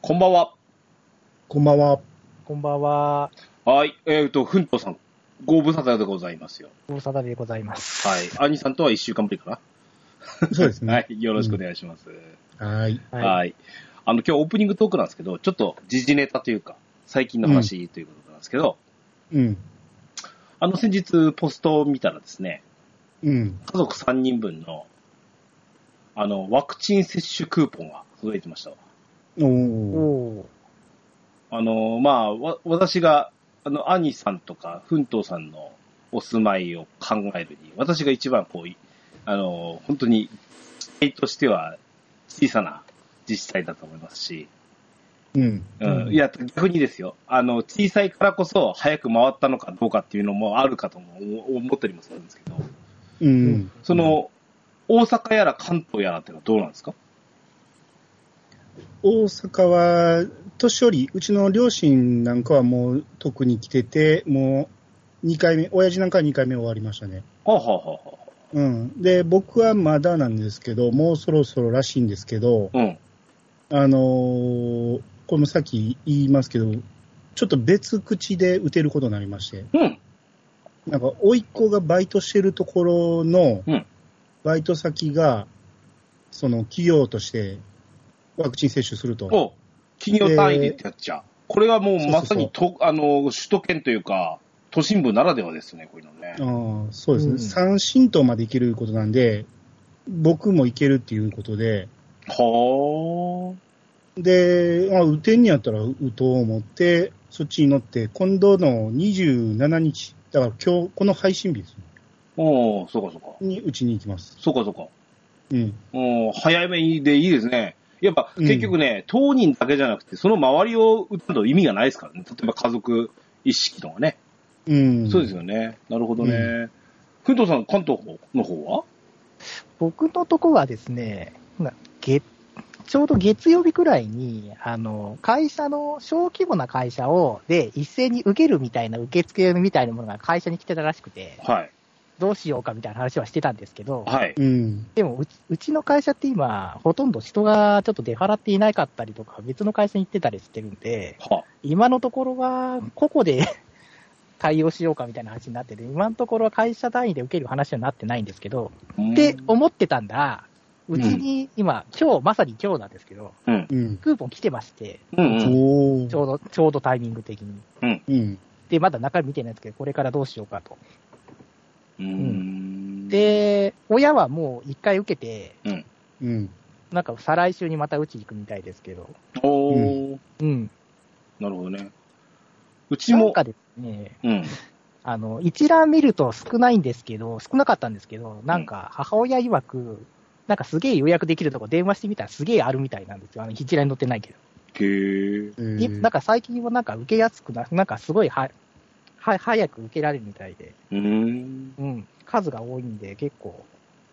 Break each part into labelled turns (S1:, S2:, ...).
S1: こんばんは。
S2: こんばんは。
S3: こんばんは。
S1: はい。えっ、と、ふんとさん、ご無沙汰でございますよ。
S3: 大沙汰でございます。
S1: はい。兄さんとは一週間ぶりか
S2: そうです
S1: な。は
S2: ね。
S1: い。 よろしくお願いします。
S2: はい。
S1: はい、あの、今日オープニングトークなんですけど、ちょっと時事ネタというか、最近の話ということなんですけど、
S2: うん。
S1: あの、先日ポストを見たらですね、
S2: うん。
S1: 家族3人分の、あの、ワクチン接種クーポンが届いてましたわ。
S2: おー。
S3: おー
S1: あの、まあ、わ、私が、あの、兄さんとか、奮闘さんのお住まいを考えるに、私が一番こう、いあの、本当に、自治体としては小さな自治体だと思いますし、
S2: うん。
S1: うん
S3: うん
S1: いや、逆にですよ。あの、小さいからこそ早く回ったのかどうかっていうのもあるかとも思思ったりもするんですけど、
S2: うん。
S1: その、大阪やら関東やらってのはどうなんですか
S2: 大阪は、年寄り、うちの両親なんかはもう特に来てて、もう2回目、親父なんかは2回目終わりましたね。
S1: はあ、はあはあは
S2: うん。で、僕はまだなんですけど、もうそろそろらしいんですけど、
S1: あ、うん。
S2: あのーこれもさっき言いますけど、ちょっと別口で打てることになりまして。
S1: うん。
S2: なんか、甥いっ子がバイトしてるところの
S1: うん、
S2: バイト先が、その、企業として、ワクチン接種すると。
S1: お企業単位でってやっちゃう。これはもう
S2: そうそうそう
S1: まさにと、あの、首都圏というか、都心部ならではですね、こういうのね。
S2: ああそうです
S3: う
S2: ね。
S3: ん
S2: 三神党まで行けることなんで、僕も行けるっていうことで、
S1: は
S2: で、あ、打てんにやったら打とう思って、そっちに乗って、今度の27日、だから今日、この配信日ですね
S1: あ。おおそうかそうか。
S2: に打ちに行きます。
S1: そうかそうか。
S2: うん。
S1: お早めでいいですね。やっぱ
S2: うん
S1: 結局ね、当人だけじゃなくて、その周りを打つと意味がないですからね。例えば家族意識とかね。
S2: うん。。
S1: そうですすよね。なるほどね。
S2: う
S1: ふんとうさん、関東の方は
S3: 僕のとこはですね、な月ちょうど月曜日くらいに、あの、会社の、小規模な会社を、で、一斉に受けるみたいな、受付みたいなものが会社に来てたらしくて、
S1: はい。
S3: どうしようかみたいな話はしてたんですけど、
S1: はい。
S2: うん。
S3: でもうち、うちの会社って今、ほとんど人がちょっと出払っていなかったりとか、別の会社に行ってたりしてるんで、
S1: は
S3: 今のところは、個々で 対応しようかみたいな話になってて、今のところは会社単位で受ける話にはなってないんですけど、
S1: うん
S3: って思ってたんだ、うちに今、今日、まさに今日なんですけど、
S2: うん。
S3: クーポン来てまして、
S1: うんうん。
S2: お
S3: ちょ
S2: ー
S3: うど、ちょうどタイミング的に。
S2: うん。
S3: で、まだ中身見てないんですけど、これからどうしようかと。
S1: うーん、
S3: で、親はもう一回受けて、
S2: うん。
S3: なんか再来週にまたうち行くみたいですけど、
S1: おー
S3: うん。
S1: なるほどね。うち
S3: なん
S1: も
S3: か、ですね、
S1: うん。
S3: あの、一覧見ると少ないんですけど、少なかったんですけど、なんか母親曰く、なんかすげえ予約できるとこ電話してみたらすげえあるみたいなんですよ。あの、一覧に載ってないけど。
S1: へー
S2: えー
S3: いなんか最近はなんか受けやすくな、なんかすごいは、は、早く受けられるみたいで、
S1: うーん。
S3: うん。数が多いんで結構、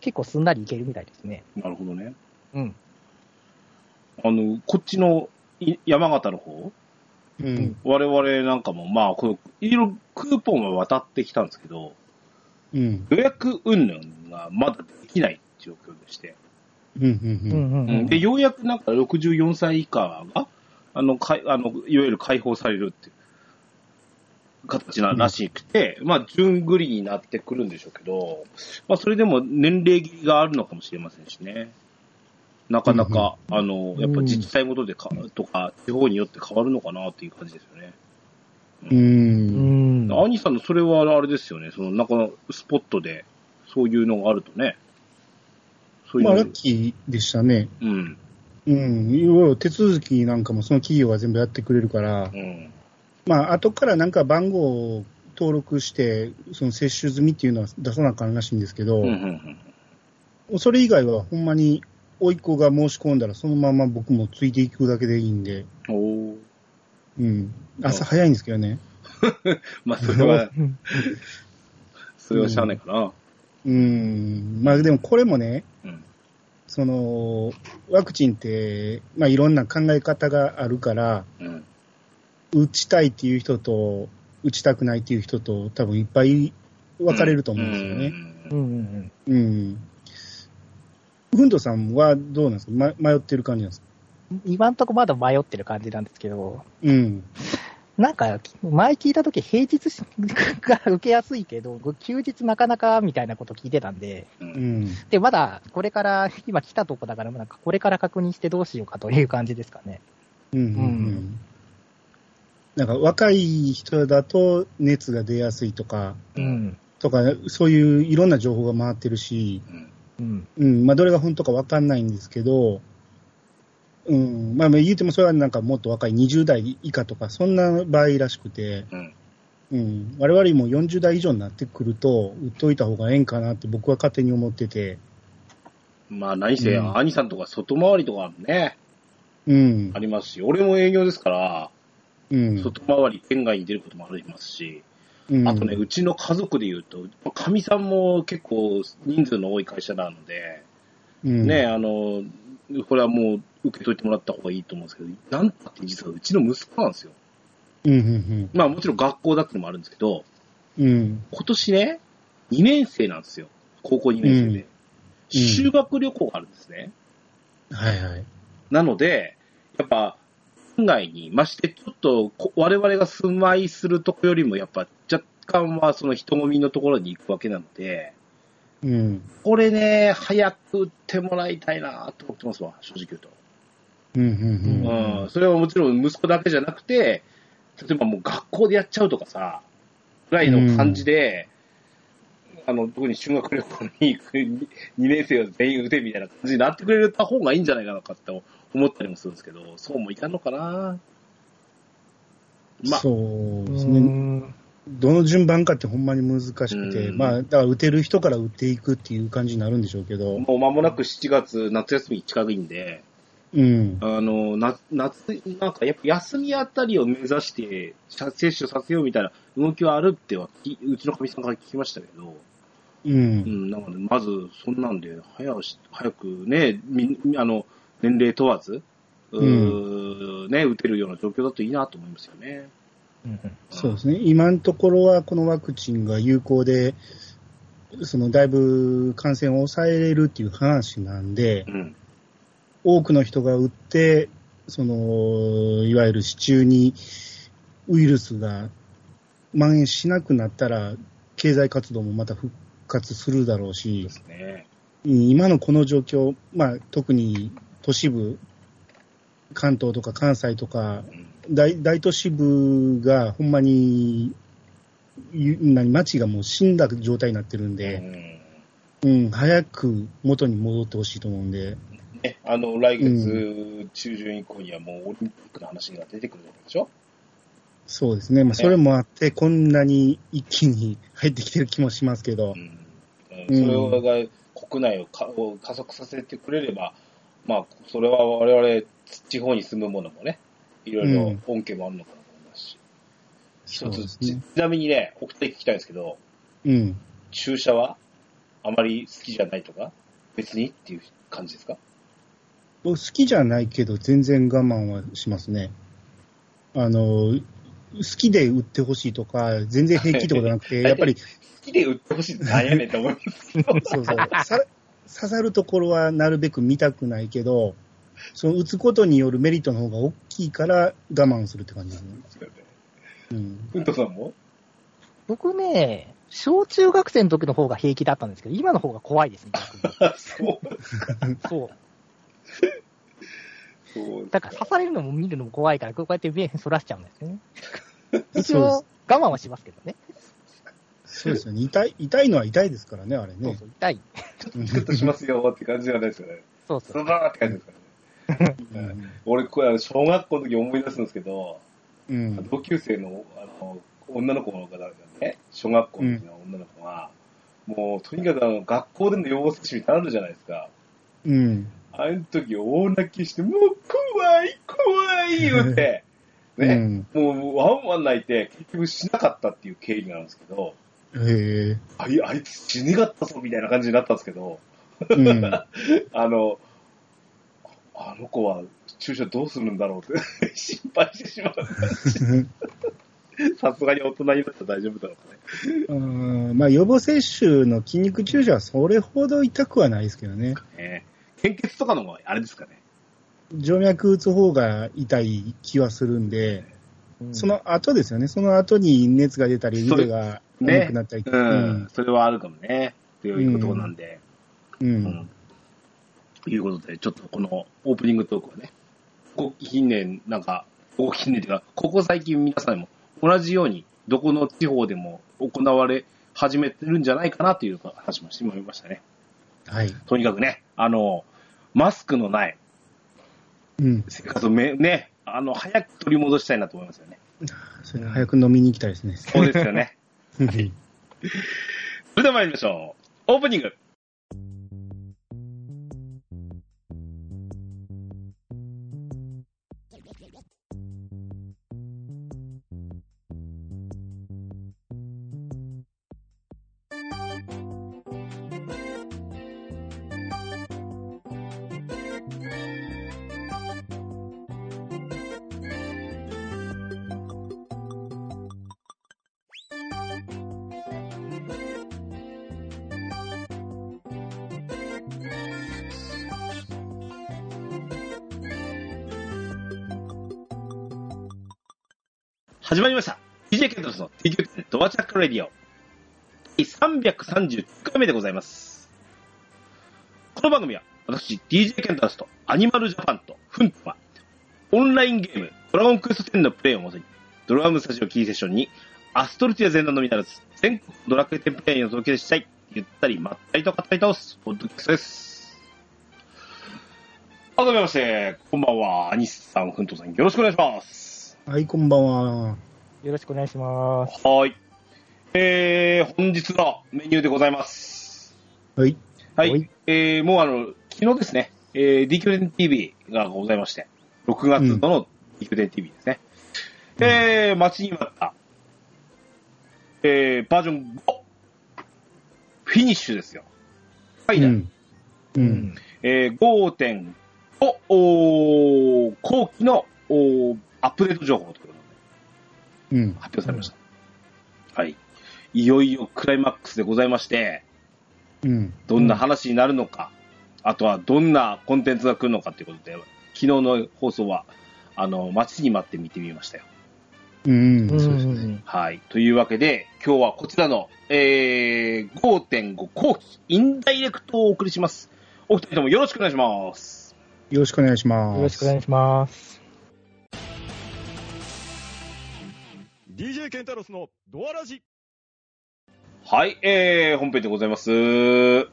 S3: 結構すんなりいけるみたいですね。
S1: なるほどね。
S3: うん。
S1: あの、こっちのい山形の方
S2: うん。
S1: 我々なんかも、まあ、こういろいろクーポンは渡ってきたんですけど、
S2: うん。
S1: 予約云々がまだできない状況でして、
S2: うん。
S3: う
S2: うん。
S3: んうんうん。
S1: で、ようやくなんか64歳以下が、あの、かいあのいわゆる解放されるっていう形ならしくて、まあ、順繰りになってくるんでしょうけど、まあ、それでも年齢があるのかもしれませんしね。なかなか、あの、やっぱ自治体ごとでか、とか、地方によって変わるのかなっていう感じですよね。
S2: う。
S3: うんん。
S1: アニさんのそれはあれですよね、そのなんかスポットでそういうのがあるとね、そういう
S2: ま
S1: の、
S2: あ、ラッキーでしたね。
S1: うん、
S2: うん。いろいろ手続きなんかもその企業が全部やってくれるから、
S1: うん、
S2: まあ、後からなんか番号を登録して、その接種済みっていうのは出さなあかんらしいんですけど、
S1: うん、うん、
S2: それ以外はほんまに、甥いっ子が申し込んだらそのまま僕もついていくだけでいいんで、
S1: うんおー
S2: うん。朝早いんですけどね。
S1: まあそれは、
S3: うん
S1: それはしゃあないかな。
S2: うん。まあ、でもこれもね、
S1: うん、
S2: その、ワクチンって、まあ、いろんな考え方があるから、
S1: うん、
S2: 打ちたいっていう人と、打ちたくないっていう人と、多分いっぱい分かれると思うんですよね。
S3: うんうん
S2: うん。ふんどさんはどうなんですか、ま、迷ってる感じなんですか
S3: 今んとこまだ迷ってる感じなんですけど、
S2: うん。
S3: なんか、前聞いたとき、平日しが受けやすいけど、休日なかなかみたいなこと聞いてたんで、
S2: うん。
S3: で、まだこれから、今来たとこだから、なんかこれから確認してどうしようかという感じですかね。
S2: うん。うんうん。なんか若い人だと熱が出やすいとか、
S3: うん。
S2: とか、そういういろんな情報が回ってるし、
S1: うん
S3: うん。
S2: うん、まあ、どれが本当かわかんないんですけど、うん、まあ、まあ言うてもそれはなんかもっと若い20代以下とか、そんな場合らしくて、
S1: うん
S2: うん、我々も40代以上になってくると、売っといた方がええんかなって僕は勝手に思ってて、
S1: まあ何せ、
S2: うん
S1: 兄さんとか外回りとかね、
S2: うん
S1: あ、りますし、俺も営業ですから、
S2: うん、
S1: 外回り、県外に出ることもありますし、
S2: うん、
S1: あとね、うちの家族で言うと、かみさんも結構人数の多い会社なので、
S2: うん、
S1: ね、あの、これはもう受け取ってもらった方がいいと思うんですけど、なんたって実はうちの息子なんですよ。
S2: うん、うん、
S1: まあもちろん学校だってのもあるんですけど、
S2: うん、うん、
S1: 今年ね、2年生なんですよ。高校2年生で。修学旅行があるんですね。
S2: はいはい。
S1: なので、やっぱ、県外に、ましてちょっとこ、我々が住まいするとこよりも、やっぱ若干はその人混みのところに行くわけなので、
S2: うん、
S1: これね、早く売ってもらいたいなと思ってますわ、正直言うと。
S2: うん、うん、うん、
S1: うん、それはもちろん息子だけじゃなくて、例えばもう学校でやっちゃうとかさ、ぐらいの感じで、あの、特に修学旅行に行く2年生は全員打てみたいな感じになってくれた方がいいんじゃないかなかって思ったりもするんですけど、そうもいかんのかなまあ、
S2: そうです
S3: う
S2: ね。
S3: ん
S2: どの順番かってほんまに難しくて、
S1: うん
S2: まあ、だから打てる人から打っていくっていう感じになるんでしょうけど、
S1: もう間もなく7月、夏休み近いんで、
S2: うん。
S1: あの、な夏、なんかやっぱ休みあたりを目指して、さ接種させようみたいな動きはあるってはき、うちのかみさんから聞きましたけど、
S2: う。
S1: うんん、なので、まず、そんなんで、早し、早くね、み、みあの、年齢問わず、うーね、打てるような状況だといいなと思いますよね。
S3: うん
S2: そうですね。今のところはこのワクチンが有効で、そのだいぶ感染を抑えれるっていう話なんで
S1: う、ん。
S2: 多くの人が打って、その、いわゆる市中にウイルスが蔓延しなくなったら、経済活動もまた復活するだろうし
S1: で、すね。
S2: うん今のこの状況、まあ、特に都市部、関東とか関西とか
S1: うん。
S2: 大大都市部がほんまに、ゆ何街がもう死んだ状態になってるん
S1: う
S2: で、
S1: ん
S2: うん、早く元に戻ってほしいと思うんで、
S1: ね、あの、来月中旬以降にはもうオリンピックの話が出てくるわけでしょ
S2: そうですね、まあ、それもあって、こんなに一気に入ってきてる気もしますけど
S1: う、ん。うんそれが国内をかを加速させてくれれば、まあ、それは我々、地方に住むものもね、いろいろ恩恵もあるのかなと思いますし。
S2: そ
S1: 一
S2: う
S1: つ、
S2: です
S1: ち
S2: ね。
S1: ちなみにね、お二人聞きたいんですけど、
S2: うん。
S1: 注射はあまり好きじゃないとか、別にっていう感じですか
S2: 僕好きじゃないけど、全然我慢はしますね。あの、好きで売ってほしいとか、全然平気ってことなくて、やっぱり、
S1: 好きで売ってほしいってなんやねんって思いますけど。
S2: そうそう。さ刺さるところはなるべく見たくないけど、その打つことによるメリットの方が大きいから我慢するって感じですね。 うん。
S1: ふんとさんも
S3: 僕ね、小中学生の時の方が平気だったんですけど、今の方が怖いですね。逆
S1: あそう。
S3: にそう。
S1: そう
S3: だから刺されるのも見るのも怖いから、こうやって目そらしちゃうんで すね。一
S2: そう
S3: 応、我慢はしますけどね。
S2: そうですよね。痛い、痛いのは痛いですからね、あれ
S3: そう
S2: ね
S3: そ。う、痛い。
S2: うん
S1: ちょっとしますよって感じじゃないですよね。
S3: そうそ。
S1: そうばーって感じですからね。俺、これあの、小学校の時思い出すんですけど、
S2: うん。
S1: 同級生のあの女の子の方がね、小学校の時の女の子が、もうとにかくあの学校での予防接種みたいなのあるじゃないですか。
S2: うん。
S1: あの時大泣きして、もう怖い、怖い言うて、
S2: う
S1: ね、
S2: ん。
S1: もうワンワン泣いて、結局しなかったっていう経緯があるんですけど、
S2: へえ。
S1: あいあいつ死にがったぞみたいな感じになったんですけど、
S2: うん。
S1: あの、あの子は注射どうするんだろうって 心配してしまう。さすがに大人になったら大丈夫だろうかね。
S2: うんまあ、予防接種の筋肉注射はそれほど痛くはないですけどね。
S1: えー献血とかの方があれですかね。
S2: 静脈打つ方が痛い気はするんで、
S3: うん
S2: その後ですよね。その後に熱が出たり、
S1: そう
S2: 腕が重くなったり。
S1: うん、それはあるかもね。ということなんで、
S2: うん。う。
S1: うんん。ということで、ちょっとこのオープニングトークはね、ここ近年、なんか、ここ近年というか、ここ最近皆さんも同じように、どこの地方でも行われ始めてるんじゃないかなという話もしてもらいましたね。
S2: はい。
S1: とにかくね、あの、マスクのない
S2: うん。
S1: 生活をめ、ね、あの、早く取り戻したいなと思いますよね。
S2: それ早く飲みに行きたいですね。
S1: そうですよ ね。
S2: はい。
S1: それでは参りましょう。オープニング始まりました。DJ ケントロスの TQ ドアチャックレディオ。第330回目でございます。この番組は、私、DJ ケントロスとアニマルジャパンとフントは、オンラインゲーム、ドラゴンクエスト10のプレイをもとに、ドラムスタジオキーセッションに、アストルティア全団のみならず、全国ドラクエ10プレイをお届けしたい、ゆったりまったりと語り倒す、ポッドキャストです。改めまして、こんばんは、アニスさん、フントさん、よろしくお願いします。
S2: はい、こんばんは。
S3: よろしくお願いします。
S1: はい。えー、本日のメニューでございます。
S2: はい。
S1: はい。
S3: はい
S1: えー、もうあの、昨日ですね、えー、DQ10TV がございまして、6月度の DQ10TV ですね。えー、待ちに待った、えー、バージョン5、フィニッシュですよ。は
S2: う
S1: い、
S2: ん。う。。
S3: うん
S1: えー、5.5、おー後期の、おーアップデート情報ということで
S2: うん。
S1: 発表されました。はい。いよいよクライマックスでございまして、
S2: うん。
S1: どんな話になるのか、あとはどんなコンテンツが来るのかということで、昨日の放送は、あの、待ちに待って見てみましたよ。
S2: うん。
S3: うん
S2: そうですね。
S1: はい。というわけで、今日はこちらの、えー、5.5後期インダイレクトをお送りします。お二人ともよろしくお願いします。
S2: よろしくお願いします。
S3: よろしくお願いします。
S4: DJ ケンタロスのドアラジ
S1: はい。えー、本編でございます。
S2: は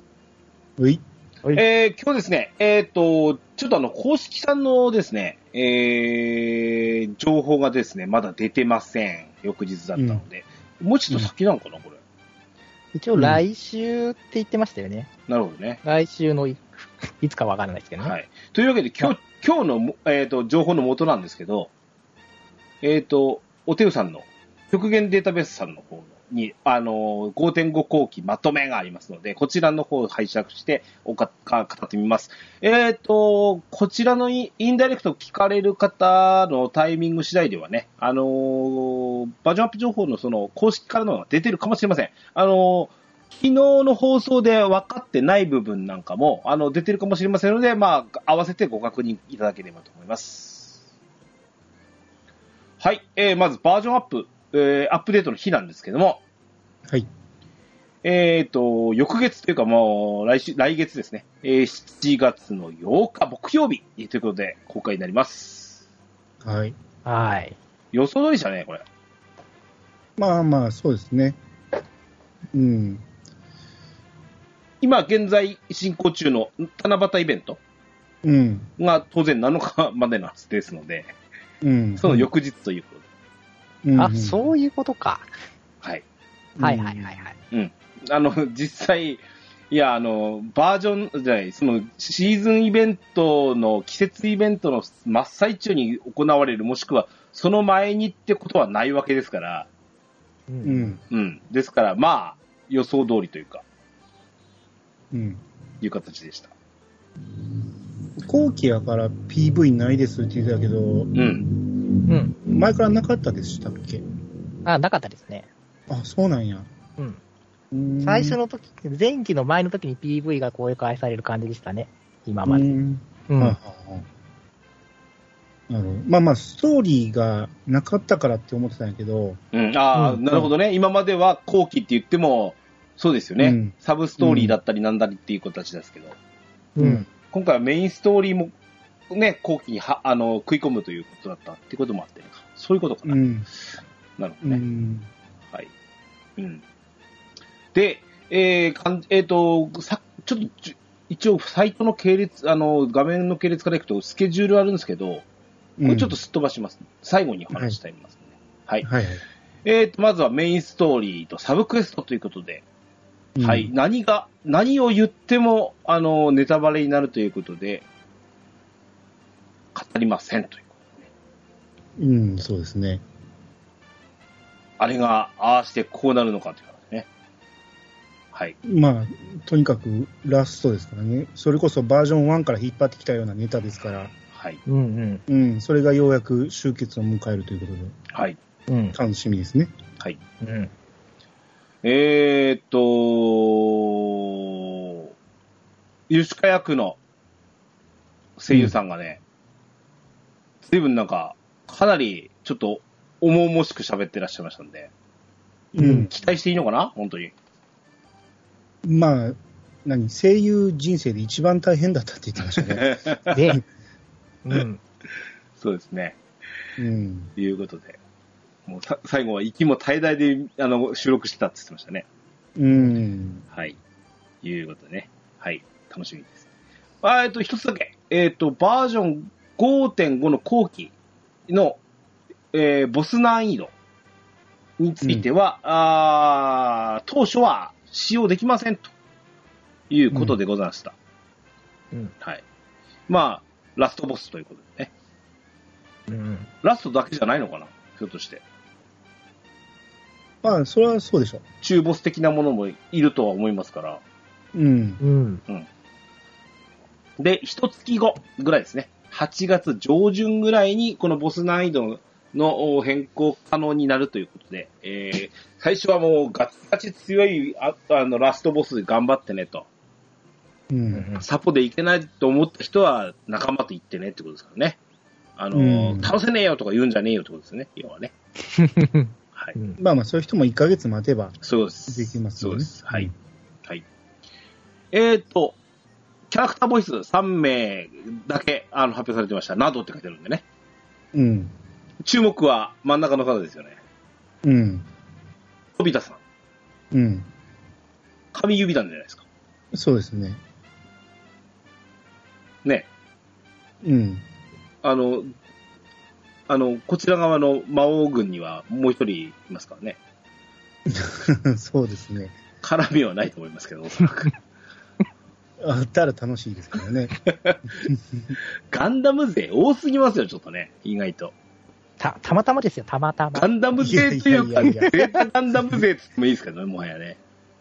S2: い。
S1: えー今日ですね、えっ、と、ちょっとあの、公式さんのですね、えー情報がですね、まだ出てません。翌日だったので。もうちょっと先なのかな、これ。
S3: 一応来週って言ってましたよね。
S1: なるほどね。
S3: 来週のいいつかわからないですけどね。
S1: はい。というわけで、今日、今日のも、えっ、と、情報の元なんですけど、えっ、と、おてうさんの、極限データベースさんの方に、あのー、5.5後期まとめがありますので、こちらの方を拝借して、おか、か、語ってみます。えっ、と、こちらのインインダイレクトを聞かれる方のタイミング次第ではね、あのーバージョンアップ情報のその、公式からのが出てるかもしれません。あのー昨日の放送で分かってない部分なんかも、あの、出てるかもしれませんので、まあ、合わせてご確認いただければと思います。はい。えー、まずバージョンアップ、えー、アップデートの日なんですけども、
S2: はい。
S1: えっ、と、翌月というかもう、来週、来月ですね。えー、7月の8日木曜日、えーということで公開になります。
S2: はい。
S3: はい。
S1: 予想通りでしたね、これ。
S2: まあまあ、そうですね。うん。
S1: 今現在進行中の七夕イベント
S2: うん。
S1: が当然7日までのはずですので、
S2: うん。
S1: その翌日ということで。
S2: うん、
S3: あ、そういうことか。
S1: はい。
S2: うん
S3: はいはいはいはい。
S1: あの、実際、いや、あの、バージョン、じゃない、その、シーズンイベントの、季節イベントの真っ最中に行われる、もしくは、その前にってことはないわけですから、
S3: う
S2: う。ん。
S1: うん。ですから、まあ、予想通りというか、
S2: うん。
S1: いう形でした。
S2: 後期やから PV ないですって言ってたけど、
S1: うん。
S3: うん。
S2: 前からなかったでしたっけ
S3: あ、なかったですね。
S2: あ、そうなんや。
S3: うん。
S2: うん
S3: 最初の時、前期の前の時に PV が公開される感じでしたね。今
S2: う
S3: まで。
S2: ん。はい
S3: うん。
S2: はいはいなるほどまあまあ、ストーリーがなかったからって思ってたんやけど、
S1: うん、ああ、
S2: うん
S1: なるほどね。今までは後期って言っても、そうですよね。
S2: うん
S1: サブストーリーだったりなんだりっていう形ですけど、
S3: うん。
S1: 今回はメインストーリーも、ね、後期にはあの食い込むということだったってこともあってねそういうことか
S2: う
S1: な。
S2: ん、
S1: なるほ
S2: う
S1: どね。
S2: ん、
S1: はい。うん。で、えー、かんえーと、さ、ちょっとじゅ、一応、サイトの系列、あの、画面の系列からいくと、スケジュールあるんですけど、これちょっとすっ飛ばします。最後にお話したいと思いますね。はい。
S2: はい、は
S1: えーと、まずはメインストーリーとサブクエストということで、
S2: い。
S1: はい。何が、何を言っても、あの、ネタバレになるということで、語りませんという。
S2: うん。うん、そうですね。
S1: あれが、ああしてこうなるのかという話ね。はい。
S2: まあ、とにかくラストですからね。それこそバージョン1から引っ張ってきたようなネタですから、
S1: はい。
S3: うん。うん。
S2: うん、それがようやく終結を迎えるということで、
S1: はい。
S3: うん。
S2: 楽しみですね。
S1: はい。
S3: うん。
S1: えー、っと、吉川役の声優さんがね、随分なんか、かなりちょっと重々しく喋ってらっしゃいましたんで、
S2: うん。
S1: 期待していいのかな本当に。
S2: まあ、何、声優人生で一番大変だったって言ってました ね。
S3: で、うん。
S1: そうですね。
S2: うん。
S1: ということで。もうさ最後は息も怠大であの収録してたって言ってましたね。
S2: うん。
S1: はい。いうことでね。はい。楽しみです。あえっと、一つだけ。えっと、バージョン5.5の後期の、えーボス難易度については、あー当初は使用できませんということでございました。
S3: うん。
S1: はい。まあ、ラストボスということでね。
S3: うん。
S1: ラストだけじゃないのかなひょっとして。
S2: まあ、それはそうでしょ
S1: 中ボス的なものもいるとは思いますから。
S2: う。うん。
S3: うん。
S1: で、一月後ぐらいですね。8月上旬ぐらいに、このボス難易度のお変更可能になるということで、えー、最初はもうガチガチ強い、ああの、ラストボスで頑張ってねと。
S2: うん。
S1: サポでいけないと思った人は仲間と行ってねってことですからね。あの、
S2: うん
S1: 倒せねえよとか言うんじゃねえよってことですね。要はね。はい。
S3: うん。
S2: まあまあ、そういう人も1ヶ月待てば
S1: そうです。
S2: できます
S1: そう
S2: よ
S1: で
S2: ね。
S1: す。はい。はい。えーっと、キャラクターボイス3名だけあの発表されてました。などって書いてあるんでね。
S2: うん。
S1: 注目は真ん中の方ですよね。
S2: うん。
S1: 飛田さん。
S2: うん。
S1: 神指弾じゃないですか。
S2: そうですね。
S1: ね。
S2: うん。
S1: あの、あの、こちら側の魔王軍にはもう一人いますからね。
S2: そうですね。
S1: 絡みはないと思いますけ ど、おそらく。
S2: あったら楽しいですからね。
S1: ガンダム勢多すぎますよ、ちょっとね。意外と。
S3: た、たまたまですよ、たまたま
S1: ガ。ンダム勢というか、
S2: いやいやいや
S1: 絶対ガンダム勢って言ってもいいですけどね、もはやね。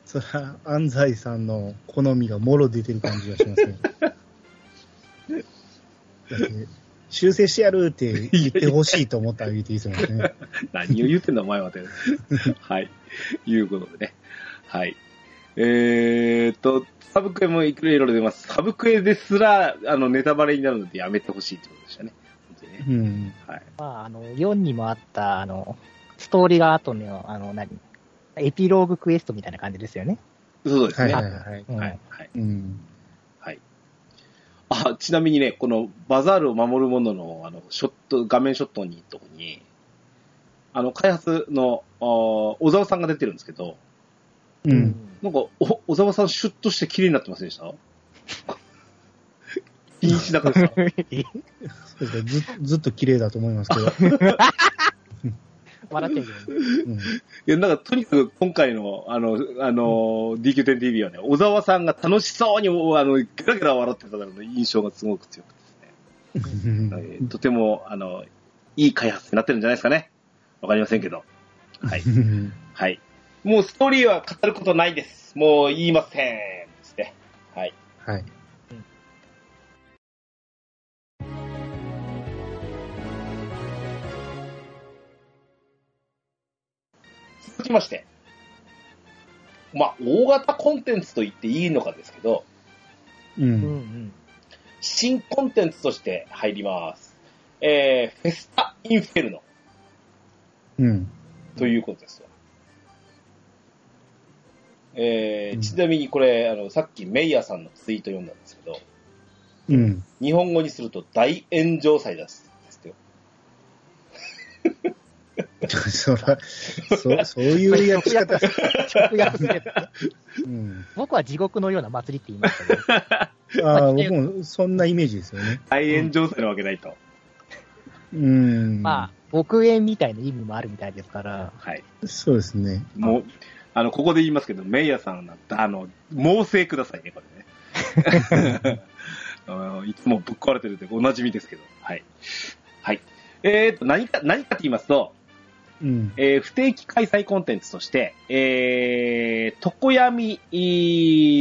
S2: それは安西さんの好みがもろ出てる感じがしますね。だって修正してやるって言ってほしいと思ったら言っていいですもんね。
S1: 何を言ってんだ、お前はって。はい。いうことでね。はい。えーっと、サブクエもいろいろ出ます。サブクエですら、あの、ネタバレになるのでやめてほしいってことでしたね。本当にね。
S2: うん。
S1: はい。
S3: まあ、あの、4にもあった、あの、ストーリーが後の、あの、何エピローグクエストみたいな感じですよね。
S1: そうです
S2: は
S1: ね。
S2: い
S1: は。
S2: はいいはい。
S3: うん
S1: はい。はい。
S2: うん。
S1: あ、ちなみにね、このバザールを守るものの、あの、ショット、画面ショットに、とこに、あの、開発の、あー小沢さんが出てるんですけど、
S2: う。。
S3: うん
S1: なんか、お小沢さんシュッとして綺麗になってませんでした 気にしなかった。
S2: そうですねずずっと綺麗だと思いますけど。
S3: 笑ってるけどね
S2: う ん
S1: いや、なんか、とにかく今回の、あの、あの、DQ10TV はね、小沢さんが楽しそうに、おあの、ゲラゲラ笑ってたのの印象がすごく強くて、はいとても、あの、いい開発になってるんじゃないですかね。わかりませんけど。 はい。はい。もうストーリーは語ることないです。もう言いません。ですね。はい。
S2: はい。
S1: 続きまして。まあ、大型コンテンツと言っていいのかですけど、
S2: う。
S3: うんん
S1: 新コンテンツとして入ります。えー、フェスタ・インフェルノ
S2: うん。
S1: ということですよ。え
S2: う
S1: ー、
S2: ん
S1: ちなみにこれ、あの、さっきメイヤーさんのツイート読んだんですけど、
S2: うん。
S1: 日本語にすると大炎上祭ですですよ。
S2: そら、そ、そういう言い訳し方。
S3: 直訳すると
S2: うん。
S3: 僕は地獄のような祭りって言いましたけど、
S2: ああ、僕もそんなイメージですよね。
S1: 大炎上祭なわけないと。
S2: うん。
S3: まあ、牧園みたいな意味もあるみたいですから、
S1: はい。
S2: そうですね。
S1: もう、あの、ここで言いますけど、メイヤーさんなんてあの、猛省くださいね、これね。 あのいつもぶっ壊れてるっておなじみですけど。はい。はい。えー、と、何か、何かと言いますと、
S2: うん。
S1: えー不定期開催コンテンツとして、えー、常闇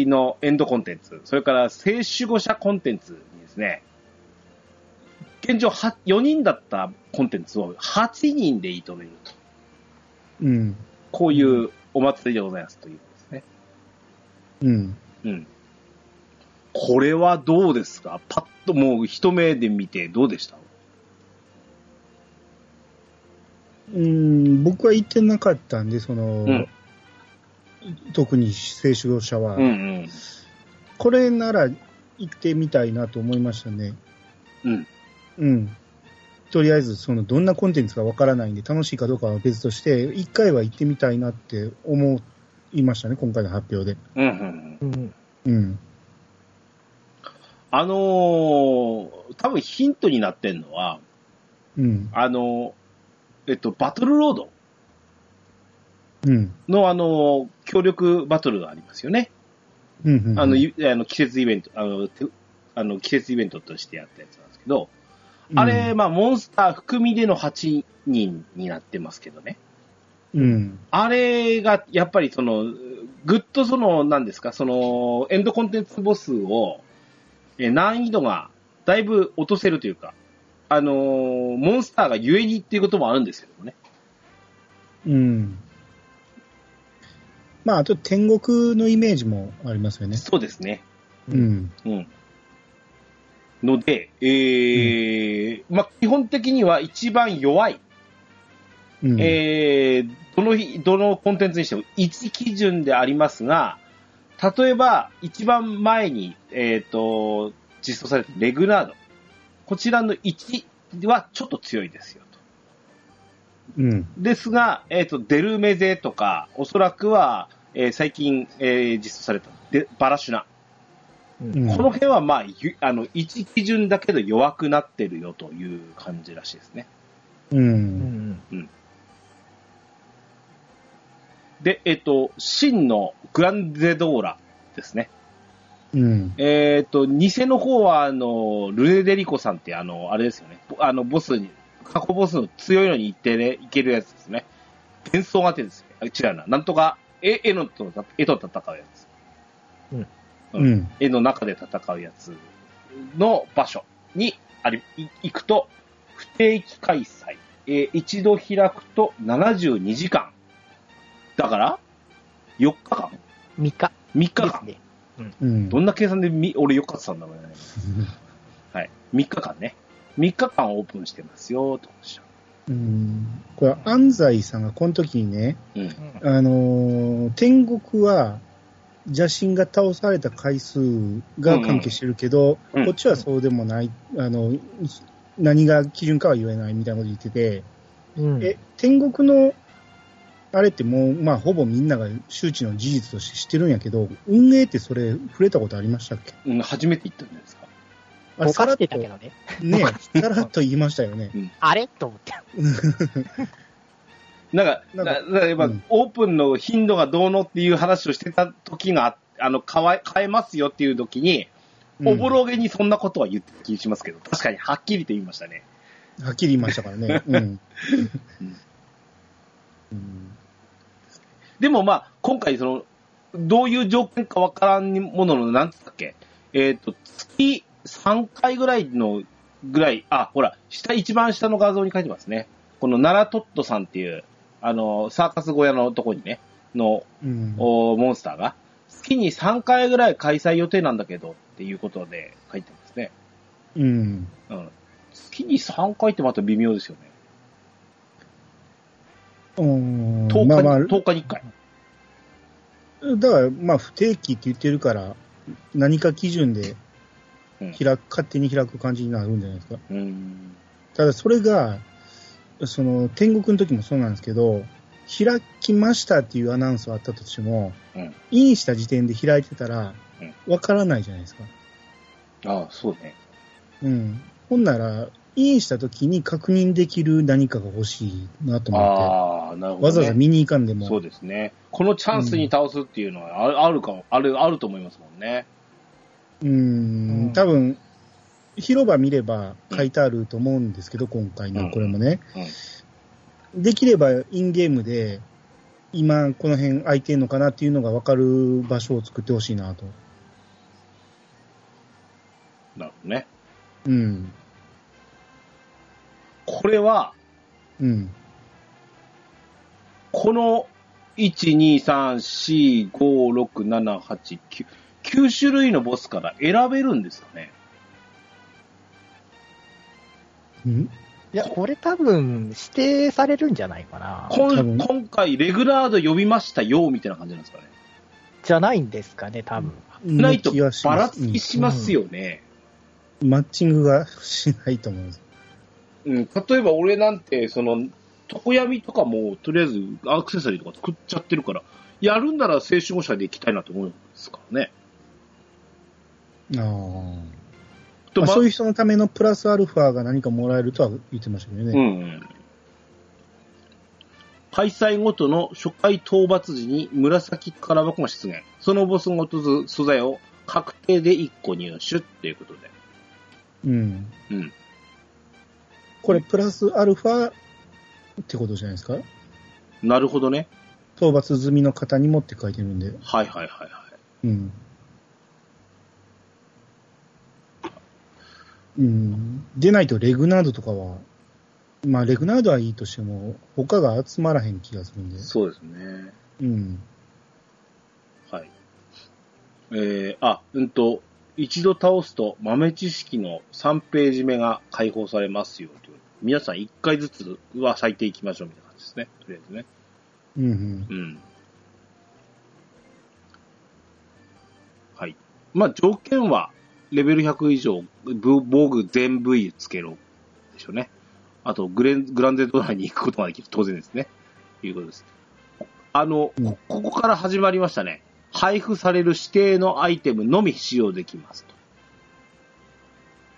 S1: のエンドコンテンツ、それから聖守護者コンテンツにですね、現状は4人だったコンテンツを8人で認めると。
S2: うん。
S1: こういうお祭りでございますということですね。
S2: うん。
S1: うん。これはどうですかパッともう一目で見てどうでした
S2: うん、僕は行ってなかったんで、その、
S1: うん
S2: 特に性主導者は、
S1: うん
S2: これなら行ってみたいなと思いましたね。
S1: うん。うん。
S2: うん。とりあえず、その、どんなコンテンツかわからないんで、楽しいかどうかは別として、一回は行ってみたいなって思いましたね、今回の発表で。
S1: うんうんうん。
S3: うん、
S2: うん。
S1: あのー、多分ヒントになってんのは、
S2: うん。
S1: あの、えっと、バトルロード
S2: うん。
S1: の、あの、協力バトルがありますよね。
S2: うん。うん
S1: あの、、いあの季節イベント、あの、てあの季節イベントとしてやったやつなんですけど、あれ、まあ、モンスター含みでの8人になってますけどね。
S2: うん。
S1: あれが、やっぱりその、ぐっとその、なんですか、その、エンドコンテンツボスを、えー難易度がだいぶ落とせるというか、あのーモンスターがゆえにっていうこともあるんですけどもね。
S2: うん。まあ、あと、天国のイメージもありますよね。
S1: そうですね。
S2: うん。
S1: うん。ので、えーまあ、基本的には一番弱い、
S2: うん。
S1: えーどの日、どのコンテンツにしても1基準でありますが、例えば、一番前に、えっ、と、実装されたレグナード。こちらの1はちょっと強いですよと。
S2: うん。
S1: ですが、えっ、と、デルメゼとか、おそらくは、えー最近、えー実装されたデバラシュナ。
S2: うん
S1: この辺は、まあ、ゆあの、1基準だけど弱くなってるよという感じらしいですね。
S2: う。
S3: うんん、
S1: で、えっと、真のグランゼドーラですね。
S2: うん。
S1: えっと、偽の方は、あの、ルネデリコさんって、あの、あれですよね。ぼあの、ボスに、過去ボスの強いのに行ってね、いけるやつですね。幻想がてですね。あ違うな。なんとか、絵、絵のと、絵と戦うやつ。
S2: うん。
S1: 絵の中で戦うやつの場所にありい行くと、不定期開催、えー一度開くと72時間。だから、4日間
S3: 3日
S1: ?3 日
S3: です
S1: 間、
S3: ね。
S2: うん。
S1: どんな計算でみ俺4日って言ったんだろうね。はい。3日間ね。3日間オープンしてますよ、と。
S2: うん。これ、安西さんがこの時にね、
S1: うん。
S3: うん
S2: あのー天国は邪神が倒された回数が関係してるけど、
S1: うんうん
S2: こっちはそうでもない、あの、何が基準かは言えないみたいなこと言ってて、
S3: うん
S2: え、天国の、あれってもう、まあ、ほぼみんなが周知の事実として知ってるんやけど、運営ってそれ、触れたことありましたっけ
S1: うん、初めて行ったんじゃないですか。
S2: あれ、
S3: ぼ
S2: さ
S3: から
S2: っと
S3: して、たけどね。
S2: ね、さらっと言いましたよね。
S3: あれと思って。
S1: なんか、
S2: な
S1: なん
S2: か
S1: なやっぱ
S2: うん
S1: オープンの頻度がどうのっていう話をしてた時が、あの、変え、変えますよっていう時に、おぼろげにそんなことは言ってた気がしますけど、確かにはっきりと言いましたね。
S2: うんはっきり言いましたか らね。うん。うん
S1: でもまあ、今回その、どういう条件かわからんものの、なんつったっけ、えっ、と、月3回ぐらいの、ぐらい、あ、ほら、下、一番下の画像に書いてますね。この奈良トットさんっていう、あの、サーカス小屋のとこにね、の、
S2: うん
S1: おモンスターが、月に3回ぐらい開催予定なんだけど、っていうことで書いてますね。
S2: うん。
S1: うん。月に3回ってまた微妙ですよね。
S2: うん。
S1: 10日に、
S2: まあまあ、
S1: 10日に1回。
S2: だから、まあ、不定期って言ってるから、何か基準で
S1: うん
S2: 開く、勝手に開く感じになるんじゃないですか。
S1: うん。
S2: ただ、それが、その、天国の時もそうなんですけど、開きましたっていうアナウンスはあったとしても、
S1: うん
S2: インした時点で開いてたら
S1: うん、
S2: わからないじゃないですか。
S1: ああ、そうね。
S2: うん。ほんなら、インした時に確認できる何かが欲しいなと思って。
S1: ああ、なるほど、ね。
S2: わざわざ見に行かんでも。
S1: そうですね。このチャンスに倒すっていうのはああるかも、ある、あると思いますもんね。
S2: うー
S3: うん
S2: ん、多分、広場見れば書いてあると思うんですけど、今回
S1: うん
S2: のこれもね。できればインゲームで、今この辺空いてんのかなっていうのが分かる場所を作ってほしいなと。
S1: なるほどね。
S2: うん。
S1: これは、
S2: うん。
S1: この、1、2、3、4、5、6、7、8、9、9種類のボスから選べるんですかね。
S2: うん
S3: いや、これ多分、指定されるんじゃないかな。
S1: こ
S2: 多
S1: ん
S2: 分
S1: 今回、レギュラード呼びましたよ、みたいな感じなんですかね。
S3: じゃないんですかね、多分。
S1: ないと
S2: 気がし
S1: ば
S2: ま
S1: ら
S2: す
S1: つきしますよね。
S2: うんマッチングがしないと思うんです。
S1: うん、例えば俺なんて、その、床闇とかも、とりあえずアクセサリーとか作っちゃってるから、やるんなら青春模写で行きたいなと思うんですからね。
S2: ああ。
S1: と
S2: ま
S1: ま
S2: あそういう人のためのプラスアルファが何かもらえるとは言ってましたけどね。
S1: うんうん。開催ごとの初回討伐時に紫空箱が出現。そのボスごとず素材を確定で1個入手っていうことで。
S2: うん。
S1: うん
S2: これ、プラスアルファってことじゃないですか
S1: なるほどね。
S2: 討伐済みの方にもって書いてるんで。
S1: はいはいはいはい。
S2: うん。うん。でないと、レグナードとかは、まあ、レグナードはいいとしても、他が集まらへん気がするんで。
S1: そうですね。
S2: うん。
S1: はい。えー、あ、うんと、一度倒すと豆知識の3ページ目が解放されますよという。皆さん1回ずつは最低いきましょうみたいな感じですね。とりあえずね。
S2: うん、うん。
S1: うん。はい。まあ、条件は、レベル100以上、ぶ防具全部つけろ。でしょうね。あと、グレン、グランデドライに行くことができる。当然ですね。いうことです。あの、
S2: うん
S1: こここから始まりましたね。配布される指定のアイテムのみ使用できますと。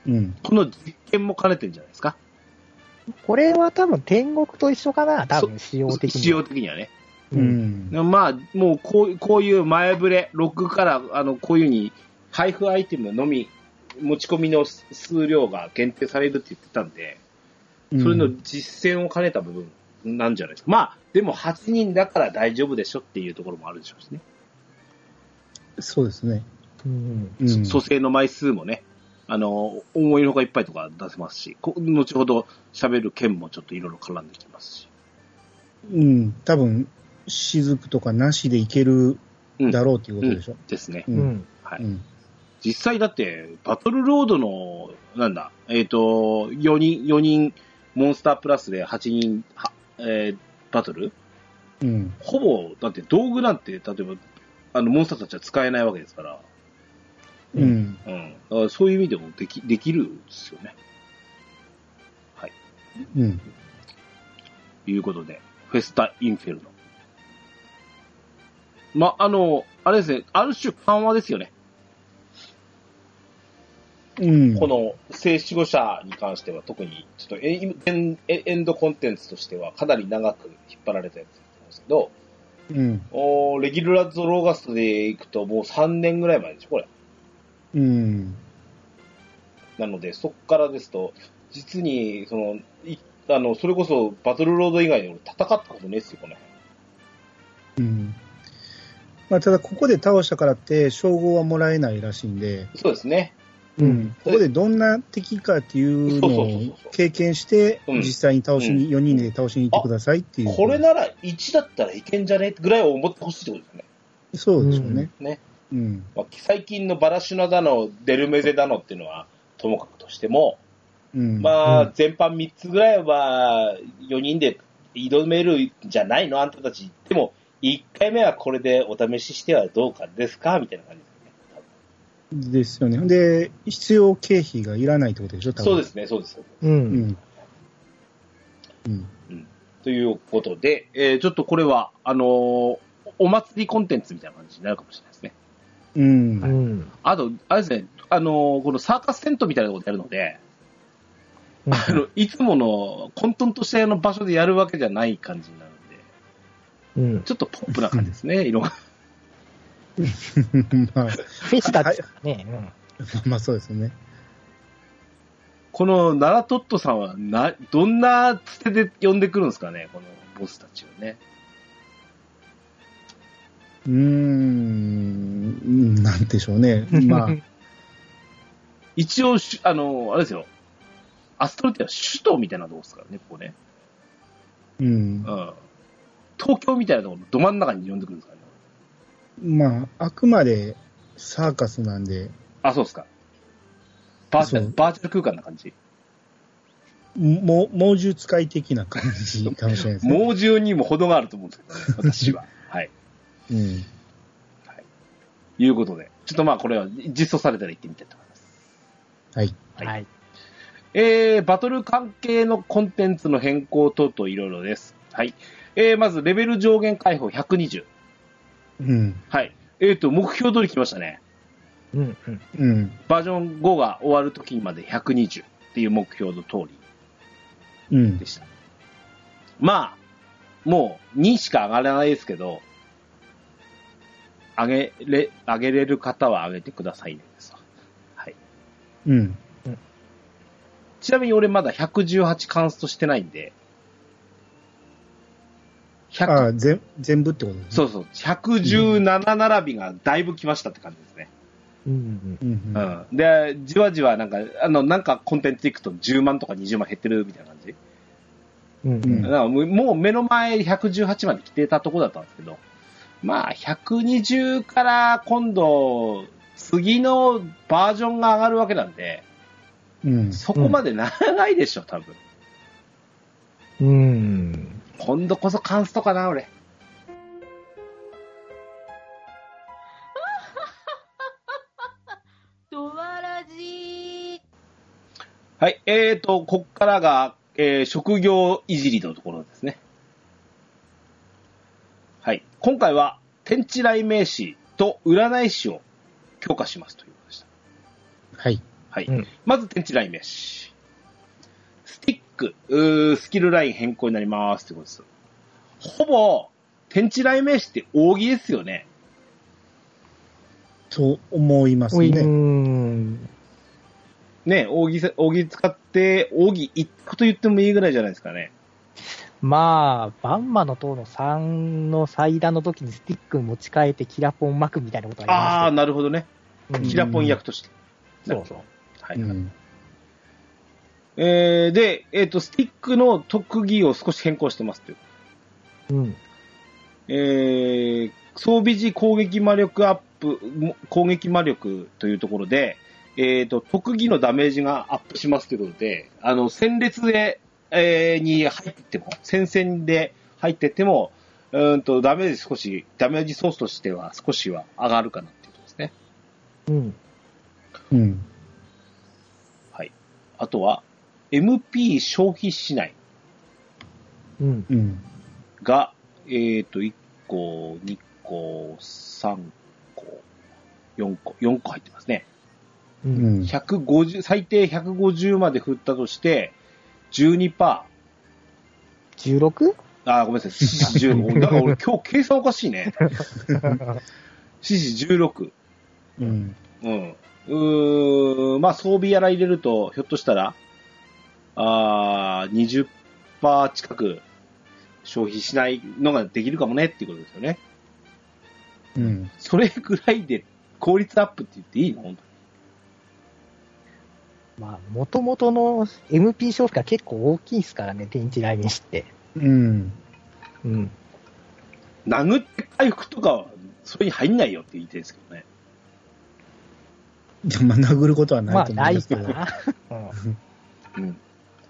S2: うん。
S1: この実験も兼ねてるんじゃないですか。
S3: これは多分、天国と一緒かな、多
S1: そ
S3: 分、仕様的に。
S1: 使用的にはね。
S2: う。ん。
S1: まあ、もうこうこういう前触れ、6からあのこういうふうに配布アイテムのみ、持ち込みの数量が限定されるって言ってたんで、それの実践を兼ねた部分なんじゃないですか。まあ、でも8人だから大丈夫でしょっていうところもあるでしょうしね。
S2: そうですね。
S3: うん。
S2: うん。
S1: 蘇生の枚数もね、あの、思いのほかいっぱいとか出せますし、こ後ほど喋る件もちょっといろいろ絡んできますし。
S2: うん。多分、雫とかなしでいける
S1: うん、
S2: だろうっていうことでしょ。
S1: ですね。
S3: う
S2: うん
S3: ん。
S1: はい。
S2: うん。
S1: 実際だって、バトルロードの、なんだ、えっ、と、4人、4人、モンスタープラスで8人、はえーバトル
S2: うん。
S1: ほぼ、だって道具なんて、例えば、あの、モンスターたちは使えないわけですから、
S2: う。
S3: うん
S1: うん。だからそういう意味でもでき、できるんですよね。
S2: うん。
S1: ということで、フェスタ・インフェルノ。ま、あの、あれですね、ある種緩和ですよね。
S2: うん。
S1: この正守護者に関しては特に、ちょっとエンエンエンドコンテンツとしてはかなり長く引っ張られたやつなんですけど、
S2: うん。
S1: おーレギュラーゾローガストで行くともう3年ぐらい前でしょ、これ。
S2: うん。
S1: なので、そこからですと、実に、その、いあの、それこそバトルロード以外で俺戦ったことねえっすよ、この辺。
S2: うん。まあ、ただ、ここで倒したからって、称号はもらえないらしいんで、
S1: そうですね。
S2: うん。ここでどんな敵かっていう
S1: そうそ
S2: の
S1: うそう
S2: を
S1: そう
S2: 経験して、
S1: うん
S2: 実際に倒し
S1: う
S2: に、
S1: ん
S2: 4人で倒しに行ってくださいっていう。
S1: これなら1だったらいけんじゃねえぐらい思ってほしいってことですよね。
S2: そうでしょうね。
S1: うんね。
S2: うん。
S1: まあ、最近のバラシュナだの、デルメゼだのっていうのは、ともかくとしても、
S2: うん。
S1: ま
S2: う
S1: あ、全般3つぐらいは4人で挑めるんじゃないのあんたたち。でも、1回目はこれでお試ししてはどうかですかみたいな感じですよね。
S2: んですよね。で、必要経費がいらないってことでしょ、多分
S1: そうですね、そうです。
S3: う。
S2: うんん。うん。
S1: ということで、えーちょっとこれは、あのーお祭りコンテンツみたいな感じになるかもしれないですね。
S2: うん。
S3: うん。
S1: あと、あれですね、あのーこのサーカステントみたいなことやるので、
S3: うん
S1: あの、いつもの混沌としたあの場所でやるわけじゃない感じになるんで、
S3: うん。
S1: ちょっとポップな感じですね、色が。
S2: まあ、
S3: フェスタですかね。うん
S2: まあそうですよね。
S1: このナラトットさんはな、どんなつてで呼んでくるんですかね、このボスたちをね。
S2: うーん、なんでしょうね。まあ、
S1: 一応、しあの、あれですよ。アストロティアは首都みたいなとこですからね、ここね。
S2: うん
S1: う。ん。東京みたいなところのど真ん中に呼んでくるんですからね。
S2: まあ、あくまでサーカスなんで、
S1: あ、そうですか。バーチャ
S2: そ
S1: ル、
S2: う
S1: バーチャル空間な感じ。
S2: も猛獣使い的な感じかもしれないですね。
S1: 猛獣にも程があると思うんですけどね、私 は。はい。
S2: うん。
S1: いうことで。ちょっとまあこれは実装されたら行ってみたいと思います。
S2: はい。
S3: はい。
S1: えー、バトル関係のコンテンツの変更等々いろいろです。はい。えー、まずレベル上限解放120。
S2: うん。
S1: はい。えーと、目標通り来ましたね。
S3: うん。うん。
S2: うん。
S1: バージョン5が終わる時まで120っていう目標の通
S2: う
S1: り
S2: ん
S1: で。した。まあ、もう2しか上がらないですけど、上げれ、上げれる方は上げてくださいねですわはい。
S2: うん。
S1: ちなみに俺まだ118カンストしてないんで、100
S2: ああ、ぜ全部ってことですね。
S1: そうそう、117並びがだいぶ来ましたって感じですね。
S3: うん。
S2: う。ん、う
S1: う
S2: ん。
S1: ん。で、じわじわなんか、あの、なんかコンテンツいくと10万とか20万減ってるみたいな感じ。
S3: うん。
S1: だからもうもう目の前118まで来てたとこだったんですけど、まあ、120から今度、次のバージョンが上がるわけなんで、
S2: うん。
S1: そこまで長いでしょ、多分。
S3: うん。
S1: 今度こそカンストかな、俺。
S5: ドワラジー
S1: はい、えーと、こっからが、えー職業いじりのところですね。はい、今回は、天地雷鳴師と占い師を強化しますということでした。
S2: はい。
S1: はい。
S3: うん
S1: まず、天地雷鳴師。スティック、うースキルライン変更になりますということです。ほぼ、天地雷鳴師って扇ですよね。
S2: と思います
S3: う
S2: ね。
S3: ん。
S1: ね、扇せ、扇使って、扇一個と言ってもいいぐらいじゃないですかね。
S3: まあ、バンマの塔の3の祭壇の時にスティック持ち替えてキラポン巻くみたいなこと
S1: あ
S3: あ
S1: あー、
S3: りま
S1: なるほどね。
S3: した
S1: キラポン役として。
S3: うんそうそう。
S1: は
S2: う
S1: い。
S2: ん。
S1: えーで、えっ、と、スティックの特技を少し変更してますという。
S3: うん。
S1: えー装備時攻撃魔力アップ、も攻撃魔力というところで、えっ、と、特技のダメージがアップしますということで、あの、戦列で、えーに入ってっても、戦線で入ってっても、うーんと、ダメージ少し、ダメージソースとしては少しは上がるかなっていうところですね。
S3: うん。
S2: うん。
S1: あとは、MP 消費しない。
S3: うん。
S2: うん。
S1: が、えっ、と、1個、2個、3個、4個、4個入ってますね。
S3: う。
S2: うんん。
S1: 150、最低150まで振ったとして、12%。あ
S3: 16?
S1: ー、ごめんなさい、四十16。だから俺今日計算おかしいね。四十16。
S2: うん。
S1: うん。うーん、まあ装備やら入れると、ひょっとしたら、あー、20%近く消費しないのができるかもねっていうことですよね。
S2: うん。
S1: それぐらいで効率アップって言っていいの本当に
S3: まあ、もともとの MP 消費が結構大きいですからね、天地雷鳴士って。
S2: うん。
S3: うん。
S1: 殴って回復とかは、それに入んないよって言いたいですけどね。
S2: まあ、殴ることはな
S3: ま
S2: い
S3: あ、
S2: と思
S3: ないい
S2: ますけ
S3: か
S2: ど。
S3: な。うん
S1: うん。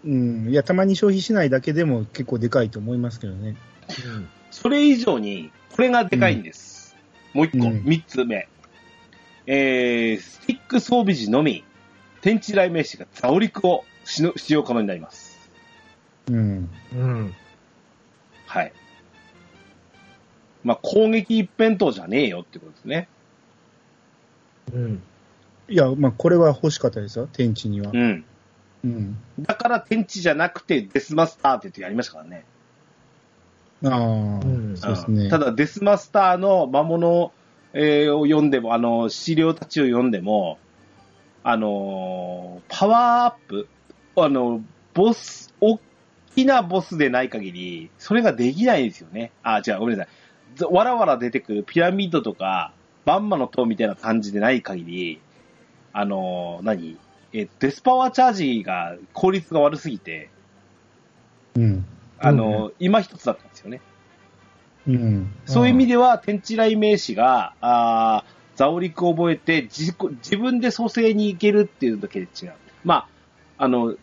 S2: うん、いや、たまに消費しないだけでも結構でかいと思いますけどね。
S1: それ以上に、これがでかいんです。もう一個、
S2: うん
S1: 三、つ目。えー、スティック装備時のみ、天地雷鳴士がザオリクをしの使用可能になります。
S2: うん。
S3: うん。
S1: はい。まあ、攻撃一辺倒じゃねえよってことですね。
S3: うん。
S2: いや、まあ、これは欲しかったですよ、天地には
S1: う。ん。
S2: うん。
S1: だから天地じゃなくてデスマスターって言ってやりましたからね。
S2: ああ、
S3: うん
S2: そうですね。
S1: んただ、デスマスターの魔物、えーを読んでも、あの、資料たちを読んでも、あのーパワーアップ、あの、ボス、大きなボスでない限り、それができないんですよね。あ、違う、ごめんなさい。ざわらわら出てくるピラミッドとか、バンマの塔みたいな感じでない限り、あのー何えーデスパワーチャージが効率が悪すぎて、
S2: うん。
S1: あのー今一つだったんですよね。
S2: うん。
S1: そういう意味では、天地雷名詞が、あーザオリクを覚えて自己、自分で蘇生に行けるっていうだけで違う。まあ、あの、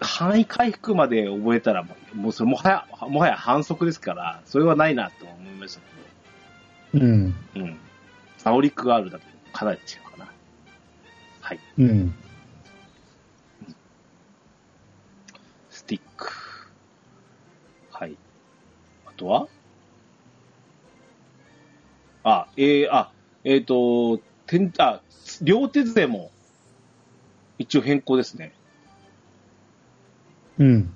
S1: 範囲回復まで覚えたらもう、もうそれもはや、もはや反則ですから、それはないなと思いました
S2: うん。
S1: けど、うん。ザオリクがあるだけでかなり違うかな。はい。
S2: うん。
S1: スティック。はい。あとはあ、えー、あ、えっ、と、天、あ、両手杖も、一応変更ですね。
S2: うん。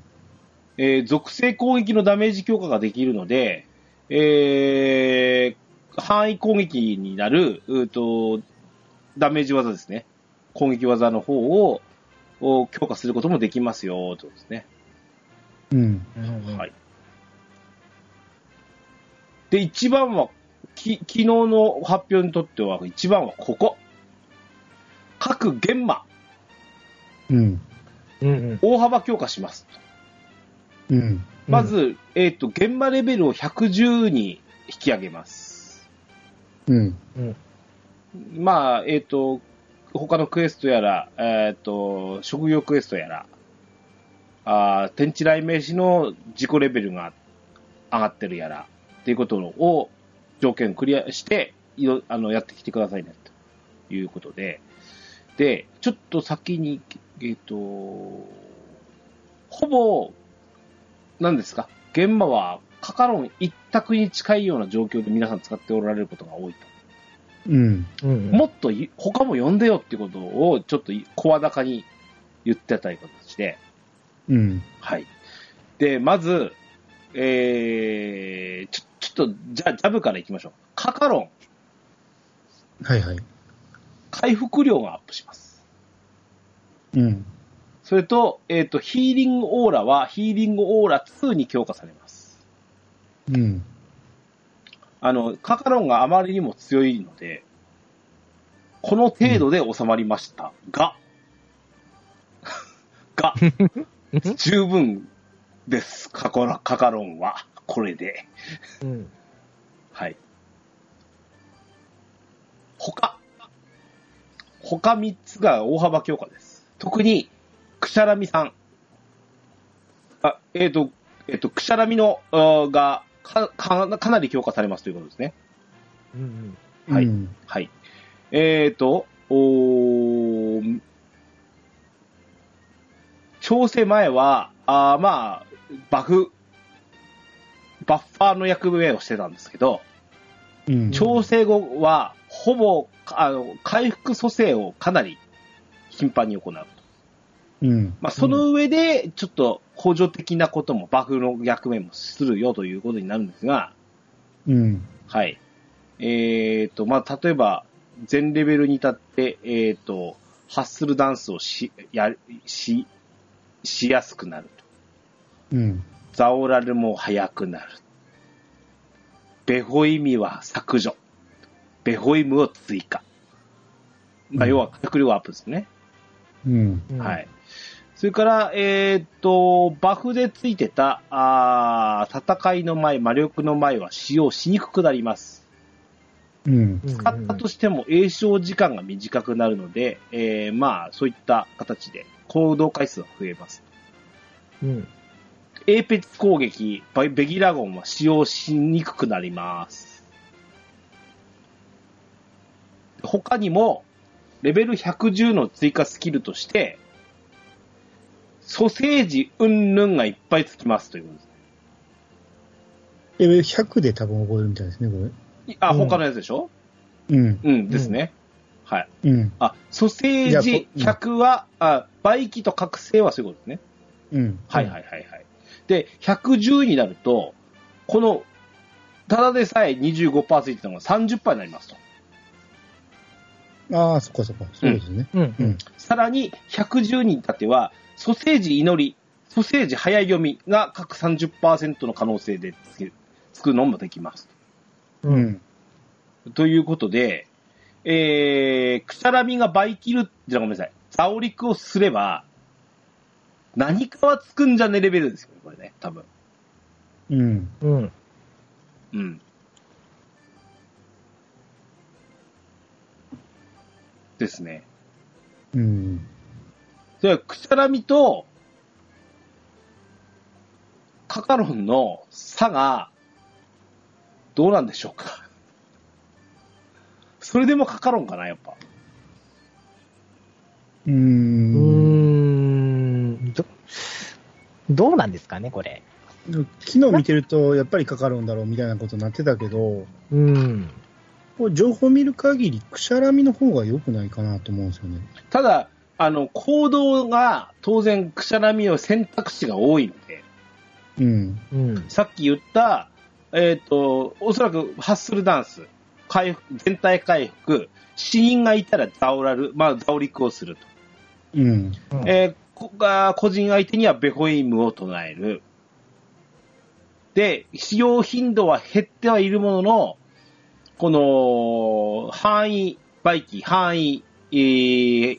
S1: えー属性攻撃のダメージ強化ができるので、えー範囲攻撃になる、うーと、ダメージ技ですね。攻撃技の方を、を強化することもできますよ、ということですね。
S2: うん。
S1: はい。で、一番は、き、昨日の発表にとっては、一番はここ。各玄魔、
S2: うん。
S3: うん。
S1: 大幅強化します。
S2: うん。
S1: まず、えっ、と、玄魔レベルを110に引き上げます。
S2: うん。
S1: まあ、えっ、と、他のクエストやら、えっ、と、職業クエストやら、あー天地雷鳴士の自己レベルが上がってるやら、っていうことを条件クリアして、いろあのやってきてくださいね、ということで。で、ちょっと先に、えっ、と、ほぼ、何ですか、現場はカカロン一択に近いような状況で皆さん使っておられることが多いと。
S2: うん。
S3: うん
S1: もっとい他も呼んでよってことをちょっと声高に言ってたりとかして、
S2: うん。
S1: はい。で、まず、えー、ちょ、ちょっと、じゃ、ジャブからいきましょう。カカロン、
S2: はいはい。
S1: 回復量がアップします。
S2: うん。
S1: それと、えっ、と、ヒーリングオーラは、ヒーリングオーラ2に強化されます。
S2: うん。
S1: あの、カカロンがあまりにも強いので、この程度で収まりましたが、が、十分です。カカロンカカロンは、これで。
S3: うん。
S1: はい。他。他3つが大幅強化です。特に、くしゃらみさん。あ、えっ、と、えっ、と、くしゃらみの、あーがか、か、かなり強化されますということですね。
S3: うん。
S1: はい
S2: うん。
S1: はい。えっ、と、おー調整前は、あーまあ、バフ、バッファーの役目をしてたんですけど、
S2: うん。
S1: 調整後は、ほぼ、あの、回復蘇生をかなり頻繁に行うと。
S2: うん。
S1: まあ、その上で、ちょっと補助的なことも、バフの役目もするよということになるんですが、
S2: うん。
S1: はい。えっ、と、まあ、例えば、全レベルに立って、えっ、と、ハッスルダンスをし、や、し、しやすくなると。
S2: うん。
S1: ザオラルも速くなる。ベホイミは削除。ベホイムを追加。まあ、
S2: うん
S1: 要は、脚力アップですね。
S2: うん。
S3: うん。
S1: は。い。それから、えーっと、バフでついてた、あー戦いの前、魔力の前は使用しにくくなります。
S2: うん。
S1: 使ったとしても栄唱時間が短くなるので、えーまあ、そういった形で行動回数が増えます。
S3: うん。
S1: エーペックス攻撃、バベギラゴンは使用しにくくなります。他にも、レベル110の追加スキルとして、ソセージうんぬんがいっぱいつきますということです
S2: レベル100で多分覚えるみたいですね、こ
S1: い。あ、
S3: うん
S1: 他のやつでしょ
S2: れ。うん。
S1: うん、ですね。はい。
S2: うん。
S1: あ、ソセージ
S2: いや
S1: 100は、あ、倍機と覚醒はそういうことですね。
S2: うん。
S1: はいはいはいはい。で、110になると、この、ただでさえ25%ついてたのが30%になりますと。
S2: ああ、そっかそっか。そうですね。
S3: うん。
S2: うん。
S1: さらに、110に至っては、ソセージ祈り、ソセージ早読みが各30%の可能性でつけ作るのもできます。
S2: う。
S3: うん
S1: ということで、えー、くさらみが倍切る、じゃあごめんなさい。ザオリクをすれば、何かはつくんじゃねレベルですよね、これね、多分。
S2: うん。
S3: うん。
S1: うん。ですね。
S2: うん。
S1: それは、くさらみと、カカロンの差が、どうなんでしょうか。 それでもカカロンかな、やっぱ。
S2: う。
S3: うんん。ど、どうなんですかね、これ。
S2: 昨日見てると、やっぱりかかるんだろうみたいなことになってたけど、
S3: うん。
S2: こう情報見る限り、くしゃらみの方が良くないかなと思うんですよね。
S1: ただ、あの、行動が、当然、くしゃらみを選択肢が多いので、
S2: うん。
S3: うん。
S1: さっき言った、えっ、と、おそらくハッスルダンス、回復、全体回復、死人がいたらザオラル、まあザオリクをすると。
S2: うん。
S3: うん
S1: えーこが、個人相手にはベホイムを唱える。で、使用頻度は減ってはいるものの、この、範囲、バイキ、範囲、えー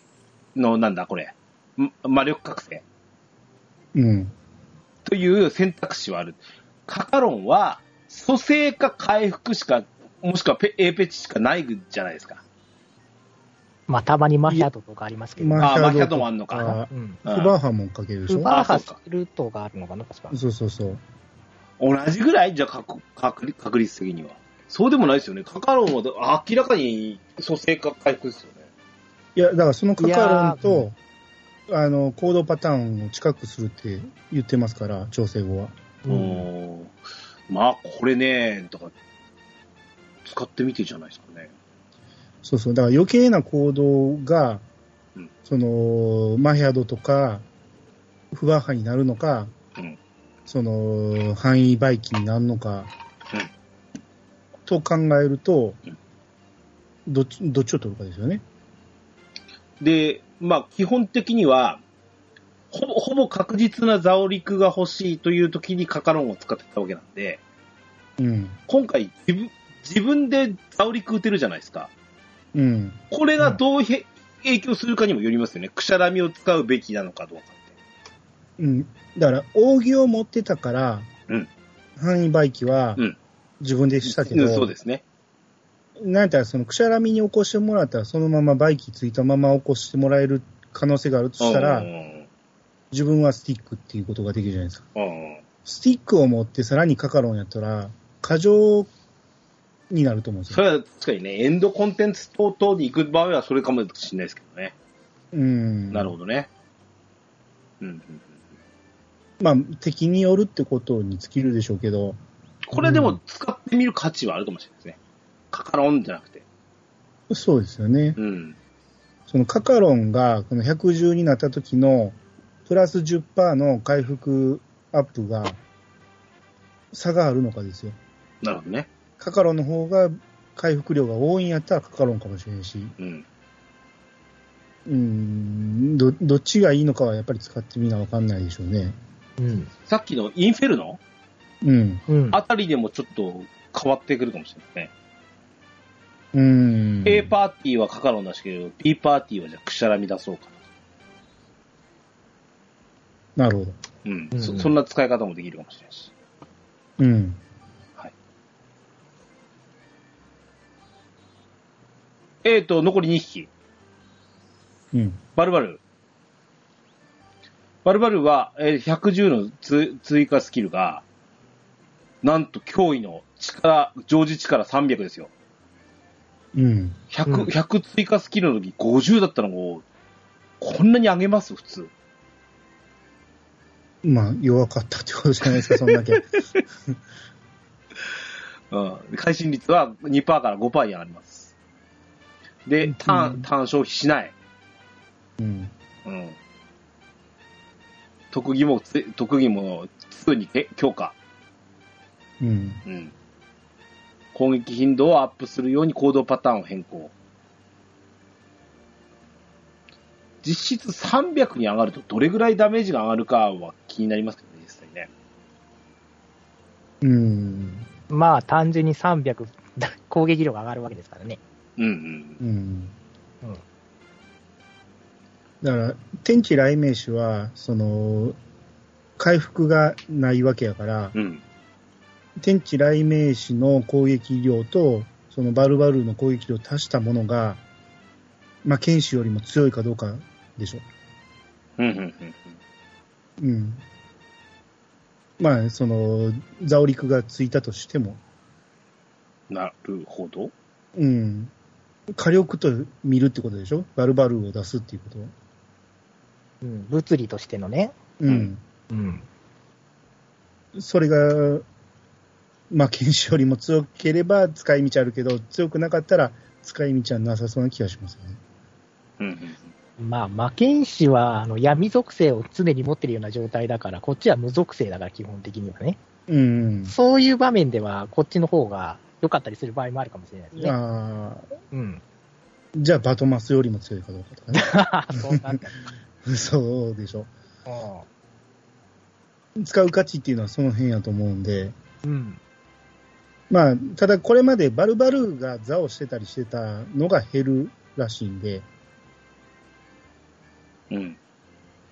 S1: の、なんだこれ、ん魔力覚醒。
S2: うん。
S1: という選択肢はある。カカロンは、蘇生か回復しか、もしくはペエーペチしかないじゃないですか。
S3: まあ、たまにマヒャドとかありますけど。
S1: あーマヒャ
S2: と
S1: ドもあんのか。
S3: うん。
S2: フバーハもかけるでし
S3: ウ
S2: ょ
S3: バーハ
S1: あ
S3: ス
S1: そうか
S3: ルトがあるのかな、確か。
S2: そうそうそう。
S1: 同じぐらいじゃあ確確率確率的には。そうでもないですよね。カカロンは明らかに蘇生か回復ですよね。
S2: いや、だからそのカカ
S3: いや
S2: ロンと、あの、行動パターンを近くするって言ってますから、調整後は。
S3: うん。
S1: おーまあ、これね、とか、使ってみてじゃないですかね。
S2: そうそう。だから余計な行動が
S1: うん、
S2: その、マヒャドとか、フバーハになるのか、
S1: うん
S2: その、範囲バイキになるのか、と考えると
S1: うん、
S2: どっち、どっちを取るかですよね。
S1: で、まあ、基本的には、ほぼ、ほぼ確実なザオリクが欲しいという時にカカロンを使ってたわけなんで、
S2: うん。
S1: 今回自分、自分でザオリク打てるじゃないですか。
S2: うん。
S1: これがどうへ、影響するかにもよりますよね。くしゃらみを使うべきなのかどうかって。
S2: うん。だから、扇を持ってたから、
S1: うん
S2: 範囲バイキは
S1: うん、
S2: 自分でしたけど、
S1: うんそうですね。
S2: なんやったら、その、くしゃらみに起こしてもらったら、そのままバイキついたまま起こしてもらえる可能性があるとしたら
S1: う、ん
S2: 自分はスティックっていうことができるじゃないですか。
S1: うん
S2: スティックを持ってさらにカカロンやったら、過剰になると思うんです
S1: そ
S2: よ。
S1: れは確かにね、エンドコンテンツ等々に行く場合はそれかもしれないですけどね。
S2: うん。
S1: なるほど
S2: ど。
S1: ね。うんうんうん。
S2: まあ、敵によるってことに尽きるでしょうけど、
S1: これでも使ってみる価値はあるかもしれないですね。カカロンじゃなくて。
S2: そうですよね。
S1: うん。
S2: そのカカロンが、この110になった時の、プラス10%の回復アップが、差があるのかですよ。
S1: なるほどね。
S2: カカロンの方が回復量が多いんやったらカカロンかもしれんし、
S1: うん。
S2: うん、ど、どっちがいいのかはやっぱり使ってみなわかんないでしょうね。
S3: うん。
S1: さっきのインフェルノ
S2: うん。
S3: うん。
S1: あたりでもちょっと変わってくるかもしれないね。
S2: うん
S1: A パーティーはカカロンだしけど、B パーティーはじゃあくしゃらみ出そうかな。
S2: なるほど。
S1: うん
S3: うん
S1: そ。そんな使い方もできるかもしれないし。
S2: うん。
S1: えーと、残り2匹。
S2: うん。
S1: バルバル。バルバルは、えー110のつ追加スキルが、なんと驚異の力、常時力300ですよ。
S2: うん。
S1: 100、
S3: うん
S1: 100追加スキルの時50だったのを、こんなに上げます普通。
S2: まあ、弱かったってことじゃないですか、そんだけ。
S1: うん。会心率は2%から5%に上がります。で、ターン、
S2: うん
S1: ターン消費しない。
S2: うん。
S1: うん。特技もつ、特技も2にけ強化。
S2: うん。
S1: うん。攻撃頻度をアップするように行動パターンを変更。実質300に上がるとどれぐらいダメージが上がるかは気になりますけどね、実際ね。
S2: うん。
S3: まあ、単純に300、攻 撃量が上がるわけですからね。
S1: うんうん。
S2: うん。だから、天地雷鳴種は、その、回復がないわけやから、
S1: うん。
S2: 天地雷鳴種の攻撃量と、そのバルバルーの攻撃量を足したものが、まあ、剣士よりも強いかどうかでしょ。
S1: うんうんうん
S2: うん。まあ、その、ザオリクがついたとしても、
S1: うん。なるほど。
S2: うん。火力と見るってことでしょバルバルーを出すっていうことは。
S3: うん、物理としてのね。
S2: うん。
S3: うん。
S2: それが、まあ、剣士よりも強ければ使い道あるけど、強くなかったら使い道はなさそうな気がしますよね。
S1: うんうん
S3: まあ、魔剣士は、あの、闇属性を常に持ってるような状態だから、こっちは無属性だから、基本的にはね。
S2: うん。
S3: そういう場面では、こっちの方が良かったりする場合もあるかもしれないですね。
S2: ああ、
S3: うん。
S2: じゃあバトマスよりも強いかどうかとかね。
S3: そうなんだ。
S2: そうでしょ。
S3: うん
S2: 使う価値っていうのはその辺やと思うんで、
S3: うん。
S2: まあ、ただこれまでバルバルーが座をしてたりしてたのが減るらしいんで、
S1: うん。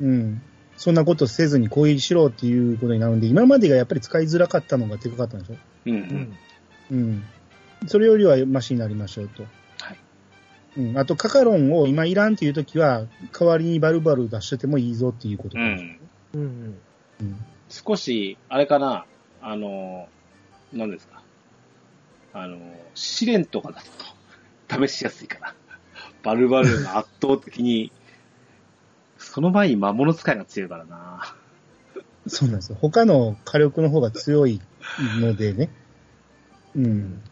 S1: うん。
S2: うん。そんなことせずに攻撃しろっていうことになるんで、今までがやっぱり使いづらかったのがでかかったんでしょ
S1: うんう。
S3: うんん。
S2: うん。それよりはマシになりましょうと。
S1: はい。
S2: うん。あと、カカロンを今いらんっていう時は、代わりにバルバル出しててもいいぞっていうこと
S1: う
S2: かもし
S1: ん。
S3: うんうん。
S2: れない。
S1: 少し、あれかな、あの、何ですか。あの、試練とかだと試しやすいかな。 バルバルーが圧倒的に、その前に魔物使いが強いからな。
S2: うん。そうなんですよ。他の火力の方が強いのでね。うん。
S1: で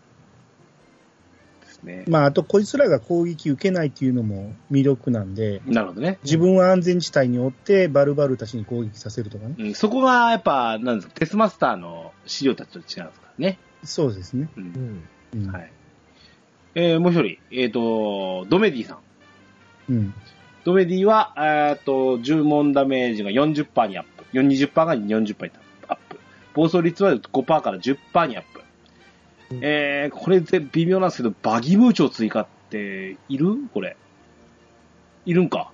S1: すね。
S2: まあ、あと、こいつらが攻撃受けないっていうのも魅力なんで、
S1: なるほどね。
S2: 自分は安全地帯におって、バルバルたちに攻撃させるとかね。
S1: うん、そこがやっぱ、なんですか、テスマスターの資料たちと違うんですからね。
S2: そうですね。
S1: うん
S3: うん。
S2: うん。
S1: はい。えー、もう一人、えっ、と、ドメディさん。
S2: うん。
S1: ドメディは、えーっと、10問ダメージが40%にアップ。20%が40%にアップ。暴走率は5%から10%にアップ。えー、これで微妙なんですけど、バギムーチョ追加って、いるこれ。いるんか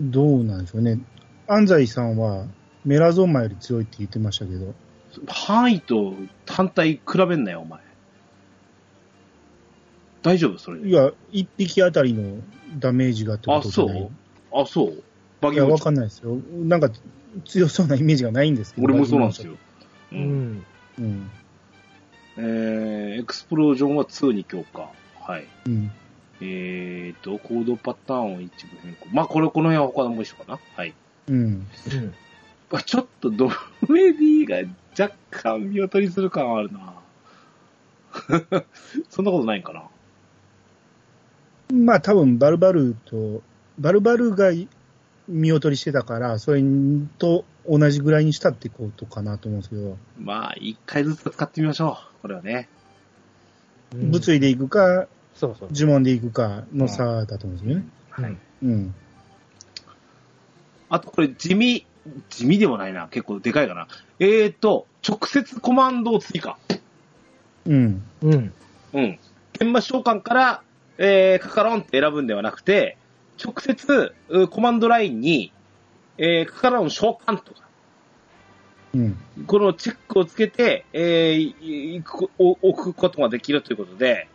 S2: どうなんでしょうね。安西さんは、メラゾーマより強いって言ってましたけど、
S1: 範囲と単体比べんなよ、お前。大丈夫それ
S2: い
S1: で。
S2: や、一匹あたりのダメージがってこ
S1: あ、
S2: とじ
S1: そ
S2: ゃないう
S1: あ、そうバ
S2: い
S1: ギ
S2: や、
S1: ムー
S2: わ
S1: チョ。
S2: かんないですよ。なんか、強そうなイメージがないんですけど。
S1: 俺もそうなんです
S2: よ。
S1: よ。う。
S3: うんん。
S2: うん。
S1: えー、エクスプロージョンは2に強化。はい。
S2: うん。
S1: えーと、コードパターンを一部変更。まあ、これ、この辺は他のも一緒かな。はい。
S2: うん。
S3: うん。
S1: まあちょっと ドメディが若干見劣りする感はあるな そんなことないんかな。
S2: まあ、多分、バルバルと、バルバルが見劣りしてたから、それと同じぐらいにしたってことかなと思うんですけど、
S1: まあ、一回ずつ使ってみましょう。これはね。
S3: うん
S2: 物理でいくか、
S3: そうそう。
S2: 呪文でいくかの差だと思うんですよね。
S1: はい。
S2: うん。
S1: あと、これ、地味、地味でもないな。結構でかいかな。えーと、直接コマンドを追加。
S2: うん。
S3: うん。
S1: うん。現場召喚から、えー、カカロンって選ぶんではなくて、直接、うコマンドラインに、えー、カカロン召喚とか、
S2: うん。
S1: このチェックをつけて、えー、いいくお置くことができるということで、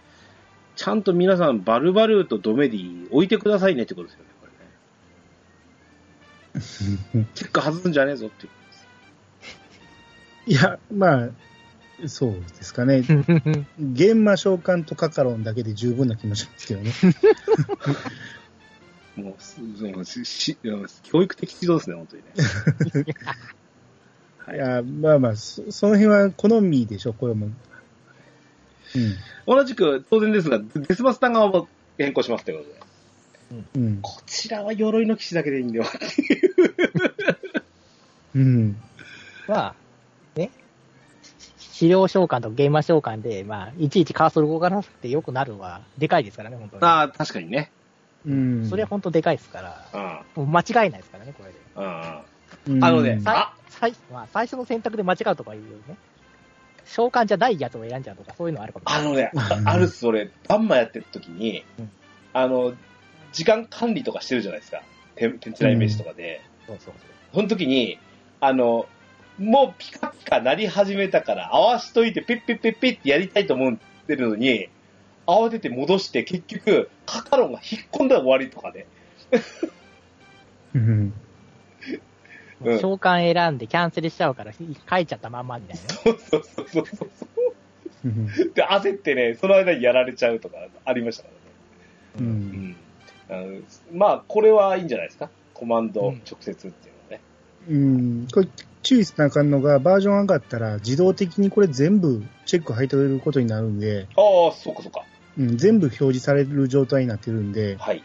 S1: ちゃんと皆さん、バルバルーとドメディ置いてくださいねってことですよね、こ れね。チェック外すんじゃねえぞっていう。
S2: いや、まあ、そうですかね。玄馬召喚とカカロンだけで十分な気もしますけどね。
S1: もう、すもうしし教育的指導ですね、本当にね。
S2: いや、まあまあ、そその辺は好みでしょ、これも。うん。
S1: 同じく、当然ですが、デスマスター側も変更しますということで。
S2: うん。
S1: こちらは鎧の騎士だけでいいんだよ。
S2: うん。
S3: まあ、ね。資料召喚と現場召喚で、まあ、いちいちカーソル動かなくてよくなるのは、でかいですからね、本当に。
S1: ああ、確かにね。
S2: うん。
S3: それは本当でかいですから、
S1: あ
S3: もう間違いないですからね、これで。
S1: あ、あ
S2: うん
S1: あのね
S3: さい
S1: あ
S3: 最まあ、最初の選択で間違うとかいうね。召喚じゃないやつを選んじゃうとか、そういうのはあるかもしれ
S1: あ
S3: ない。
S1: のね、ああるっす、俺、バンマやってる時に
S3: うん、
S1: あの、時間管理とかしてるじゃないですか。手手伝い飯とかで。
S3: そうそう
S1: その時に、あの、もうピカピカなり始めたから、合わしといて、ピッピッピッピッってやりたいと思ってるのに、慌てて戻して、結局、カカロンが引っ込んだら終わりとかね。
S2: うん。
S3: そう。もううん召喚選んでキャンセルしちゃうから、書いちゃったまんまみたいなね。
S1: そうそうそうそう。
S2: うん
S1: で、焦ってね、その間にやられちゃうとか、ありましたからね。
S2: う。
S1: うんん。あのまあ、これはいいんじゃないですか。コマンド
S3: うん
S1: 直接っていうのはね。
S2: うん。これ、注意せなあかんのが、バージョン上がったら、自動的にこれ全部チェック入ってくれることになるんで、
S1: ああ、そうかそうか。
S2: うん、全部表示される状態になってるんで、
S1: はい。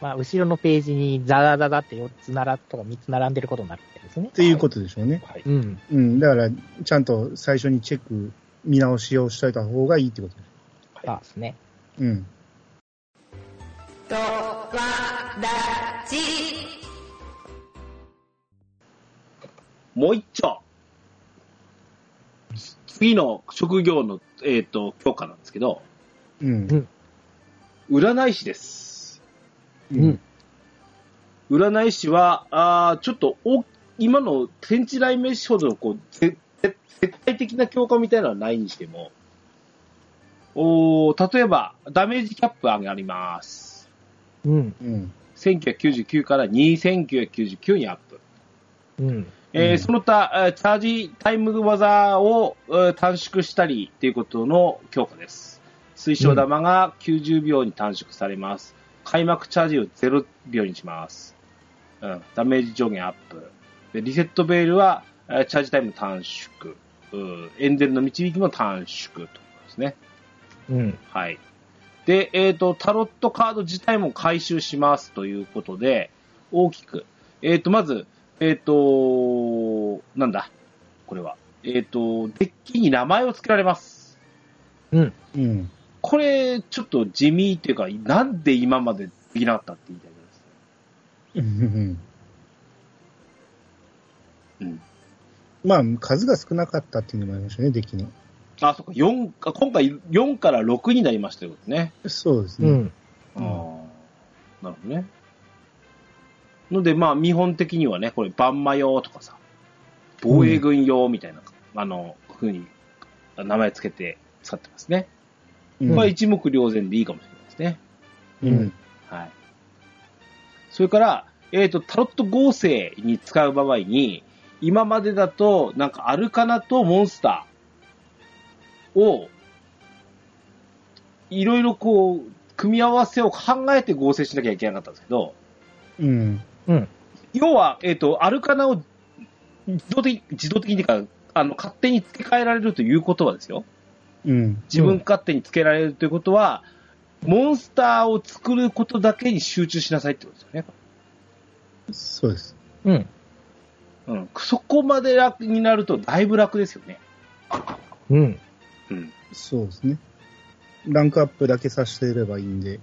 S3: まあ、後ろのページにザラザラって4つ並とか3つ並んでることになるみたいですね
S2: っ。ていうことでしょうね。
S1: はい。
S3: うん。
S2: うん。だから、ちゃんと最初にチェック、見直しをしといた方がいいってことで
S3: そうですね。
S2: す。うん。
S5: ドワラジ
S1: もう一丁。次の職業の、えっ、と、強化なんですけど、
S2: うん。
S1: 占い師です。
S2: うん。
S1: 占い師は、あーちょっとお、今の天地雷鳴師ほどのこう絶絶絶対的な強化みたいなのはないにしても、おー例えば、ダメージキャップ上がります。
S3: うん。
S2: うん。
S1: 1999から2999にアップ。
S3: うん。
S1: えー
S2: うん
S1: その他、えーチャージタイム技をえー短縮したりっていうことの強化です。推奨玉が90秒に短縮されます。開幕チャージを0秒にします。うん、ダメージ上限アップ。でリセットベールは、えーチャージタイム短縮。うんエンデルの導きも短縮ということですね。
S3: うん。
S1: はい。で、えっ、と、タロットカード自体も回収しますということで、大きく。えっ、と、まず、えっ、と、なんだ、これは。えっ、と、デッキに名前を付けられます。
S2: うん。
S1: これ、ちょっと地味っていうか、なんで今までできなかったって言いたいです。
S2: うん。
S1: うん。
S2: まあ、数が少なかったっていうのもありましたね、デッキの。
S1: あ、そっか、四あ今回4から6になりましたよね。
S2: そうです
S3: う
S2: ね。
S3: ん。
S1: ああ、なるほどね。ので、まあ、見本的にはね、これ、バンマ用とかさ、防衛軍用みたいな、あの、ふうに、名前つけて使ってますね。
S2: うん。
S1: まあ、一目瞭然でいいかもしれないですね。
S2: うん。
S1: はい。それから、えっ、と、タロット合成に使う場合に、今までだと、なんか、アルカナとモンスターを、いろいろこう、組み合わせを考えて合成しなきゃいけなかったんですけど、
S2: うん。
S3: うん。
S1: 要は、えっ、と、アルカナを自動的、自動的にか、あの、勝手に付け替えられるということはですよ。
S2: うん。
S1: 自分勝手に付けられるということは、モンスターを作ることだけに集中しなさいってことですよね。
S2: そうです。
S3: うん。
S1: うん、そこまで楽になるとだいぶ楽ですよね。
S3: うん。
S1: うん。
S2: そうですね。ランクアップだけさせてればいいんで。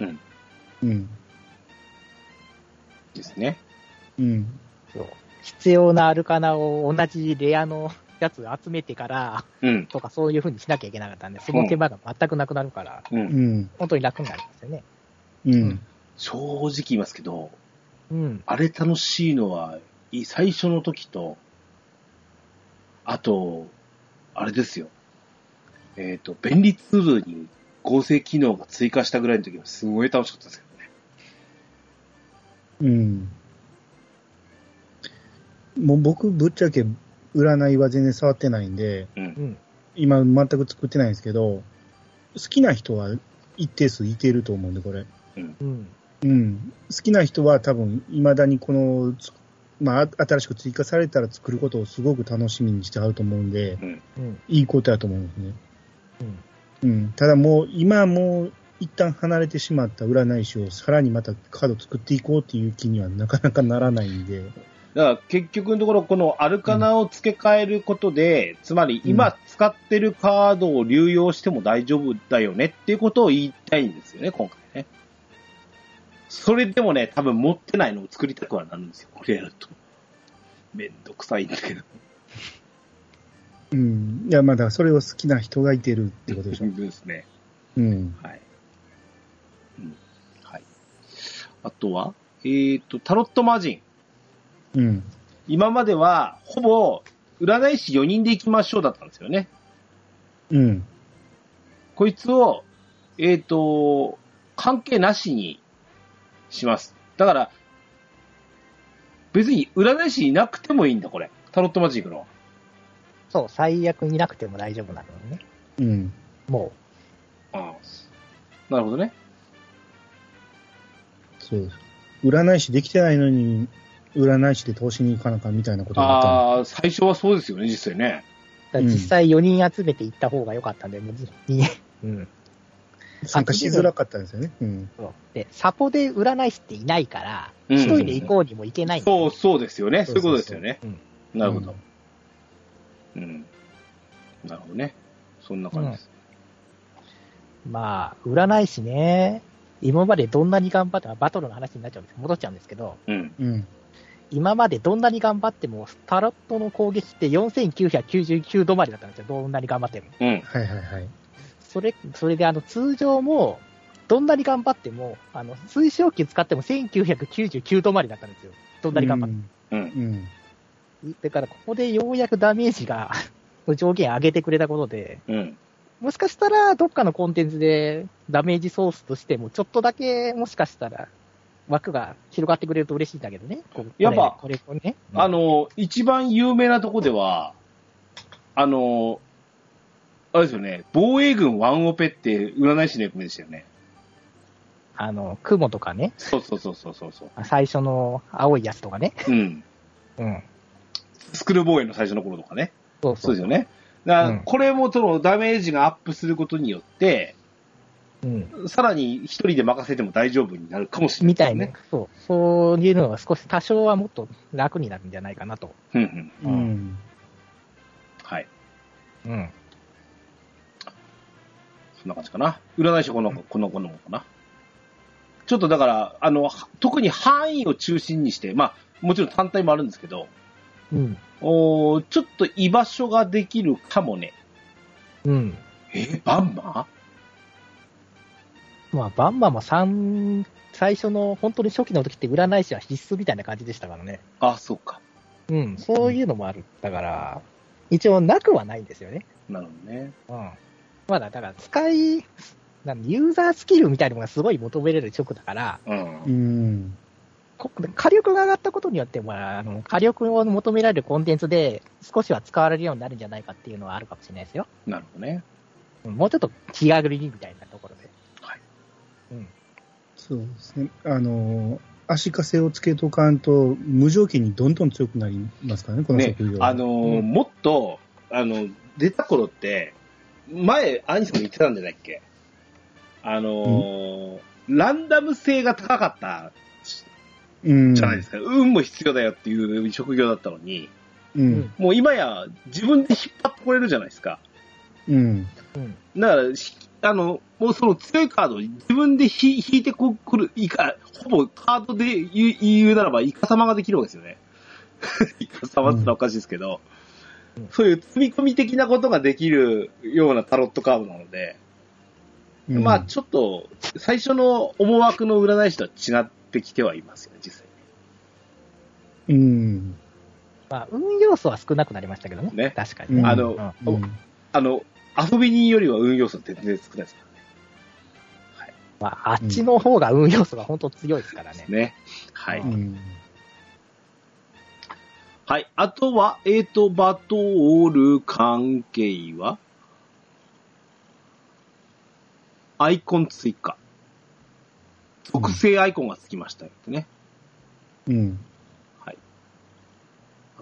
S1: うん。
S2: うん。
S1: ですね。
S2: うん。
S3: そう。必要なアルカナを同じレアのやつ集めてから
S1: うん。
S3: とかそういう風にしなきゃいけなかったんで、その手間が全くなくなるから、
S1: う。
S2: うんん。
S3: 本当に楽になるんですよね。
S2: うん。
S1: 正直言いますけど、
S3: うん。
S1: あれ楽しいのは、い最初の時と、あと、あれですよ。えっ、と、便利ツールに合成機能が追加したぐらいの時はすごい楽しかったですけどね。
S2: うん。もう僕、ぶっちゃけ占いは全然触ってないんで、
S3: うん。
S2: 今全く作ってないんですけど、好きな人は一定数いてると思うんで、これ。
S3: うん。
S2: うん。好きな人は多分、未だにこの、つまあ、新しく追加されたら作ることをすごく楽しみにしてはると思うんで、
S3: うん。
S2: いいことだと思うんですね。うん。ただもう、今もう、一旦離れてしまった占い師をさらにまたカード作っていこうっていう気にはなかなかならないんで。
S1: だから結局のところ、このアルカナを付け替えることで、つまり今使ってるカードを流用しても大丈夫だよねっていうことを言いたいんですよね、今回ね。それでもね、多分持ってないのを作りたくはなるんですよ、これやると。めんどくさいんだけど。
S2: うん。いや、まあだからそれを好きな人がいてるってことでし ょ。
S1: ですね。
S2: うん。
S1: はい。うん。はい。あとは、えっ、と、タロットマジン。
S2: うん。
S1: 今までは、ほぼ、占い師4人で行きましょうだったんですよね。
S2: うん。
S1: こいつを、えっ、と、関係なしにします。だから、別に占い師いなくてもいいんだ、これ。タロットマジックの。
S3: そう、最悪いなくても大丈夫なのね。
S2: うん。
S3: も
S1: うん。なるほどね。
S2: そうです。占い師できてないのに、占い師で投資に行かなあかんみたいなことがあったの
S1: ああー、最初はそうですよね、実際ね。
S3: う、だから実際4人集めて行った方が良かったんで、別に。うん。
S2: 参加しづらかったんですよね。うん。
S3: で、サポで占い師っていないから、
S1: うん
S3: 一人で行こうにも行けないんだよ
S1: そう、そうですよね。そ
S2: そうう
S1: いうこ
S2: そうそ
S1: とですよ
S2: う
S1: ね。
S3: うん
S1: なるほど。うん。なるほどね。そんな感じです。
S3: まあ、占い師ね、今までどんなに頑張っても、バトルの話になっちゃうんです戻っちゃうんですけど、
S1: うん。
S2: うん。
S3: 今までどんなに頑張っても、タロットの攻撃って4999度までだったんですよ、どんなに頑張っても。
S1: うん。
S2: はいはいはい。
S3: それ、それであの、通常も、どんなに頑張っても、あの、推奨機使っても1999度までだったんですよ。どんなに頑張っても。
S1: うん。
S2: うん。
S3: だから、ここでようやくダメージが、 の上限上げてくれたことで、
S1: うん。
S3: もしかしたら、どっかのコンテンツでダメージソースとしても、ちょっとだけ、もしかしたら、枠が広がってくれると嬉しいんだけどね。こう
S1: やっぱ
S3: これ、これね。
S1: あの、一番有名なとこでは、あの、あれですよね、防衛軍ワンオペって占い師の役目でしたよね。
S3: あの、雲とかね。
S1: そうそうそうそうそうそう。
S3: 最初の青いやつとかね。
S1: うん。
S3: うん。
S1: スクール防衛の最初の頃とかね。
S3: そう
S1: そ
S3: そうう。
S1: ですよね。だから
S3: うん
S1: これもそのダメージがアップすることによって、
S3: うん。
S1: さらに一人で任せても大丈夫になるかもしれない。
S3: みたいな。。そう。そういうのは少し、多少はもっと楽になるんじゃないかなと。
S1: うんうん。
S2: うん。うん
S1: はい。
S3: うん。
S1: そんな感じかな。占い師この子、この子の子かな。ちょっとだから、あの、は特に範囲を中心にして、まあ、もちろん単体もあるんですけど、
S3: うん。
S1: おーちょっと居場所ができるかもね。
S3: うん。
S1: え、バンマ
S3: まあ、バンバンも三最初の、本当に初期の時って占い師は必須みたいな感じでしたからね。
S1: ーあ、そうか。
S3: うん、そういうのもある。だから、一応なくはないんですよね。
S1: なるほどね。
S3: うん。まだ、だから使い、なんユーザースキルみたいなのがすごい求められる職だから、
S1: うん。
S2: うん。
S3: こ火力が上がったことによって、まあ、あの火力を求められるコンテンツで少しは使われるようになるんじゃないかっていうのはあるかもしれないですよ。
S1: なるほどね。
S3: うんもうちょっと気軽にみたいなところで。
S1: はい。
S3: うん。
S2: そうですね。あのー、足かせをつけとかんと、無条件にどんどん強くなりますからね、この
S1: ね
S2: 職業、は
S1: あのー
S3: うん
S1: もっと、あの、出た頃って、前、アニさんも言ってたんじゃないっけあのーランダム性が高かった
S2: うん。
S1: じゃないですか。運も必要だよっていう職業だったのに、
S2: うん。
S1: もう今や自分で引っ張ってこれるじゃないですか。
S2: うん。
S3: うん。
S1: だから、しあの、もうその強いカードを自分でひ引いてこくる、いか、ほぼカードで言う言うならば、イカ様ができるわけですよ ね。イカ様ってのはおかしいですけど、
S3: うん
S1: そういう積み込み的なことができるようなタロットカードなので、
S2: うん
S1: まあちょっと、最初の思惑の占い師とは違ってきてはいますよね、実
S2: うん。
S3: まあ、運要素は少なくなりましたけどね。
S1: ね
S3: 確かに、
S2: うん
S1: 際。あ
S3: うん
S1: の、おあの、遊び人よりは運要素全然少ないですからね。
S3: まあ、あっちの方が運要素が本当強いですからね。
S1: ね。はい。
S2: うん。
S1: はい。あとは、えーと、バトール関係はアイコン追加。属性アイコンがつきましたよってね。
S2: うん。
S1: あ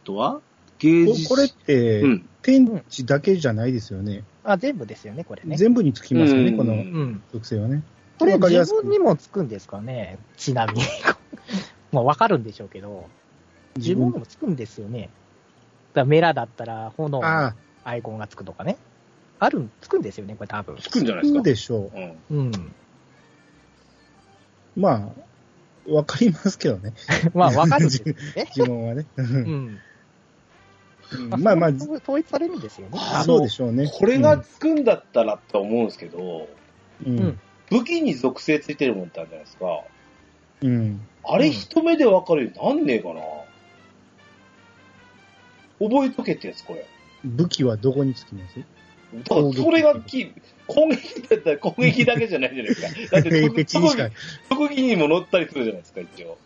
S1: とは、ゲー
S2: こ
S1: ジ。
S2: これっ、て、
S1: うん。
S2: 天地だけじゃないですよね。
S3: あ全部ですよね、これね。
S2: 全部につきますよね、
S1: うん
S2: こ
S1: う
S2: の
S1: ん
S3: うん。
S2: 属性はね。
S3: これ
S2: わかりやす
S3: 自
S2: く
S3: 分にもつくんですかねちなみに。 まあわかるんでしょうけど、自分にもつくんですよね。だからメラだったら炎の
S2: ああ、
S3: アイコンがつくとかね。ある、つくんですよね、これ多分。
S1: つくんじゃないです
S2: そ
S1: か。
S2: うでしょ
S1: うん。
S3: うん。
S2: う。まあ、わかりますけ どね。。
S3: まあわかるんですよね
S2: 呪文はね。
S3: うん。
S2: まあま
S3: そこ統一されるんですよね。
S2: あ、そうでしょうね。
S1: これがつくんだったらって思うんですけど、
S2: うん、うん。
S1: 武器に属性ついてるもんってあるじゃないですか。
S2: うん。
S1: あれ一目でわかるようになんねえかな。覚えとけってやつ、これ。
S2: 武器はどこにつきます
S1: だからそれがき、攻撃だったら攻撃だけじゃないじゃないです か。だっ
S2: ペ
S1: て
S2: ー
S1: 特
S2: ペチにしか
S1: 特。特技にも乗ったりするじゃないですか、一応。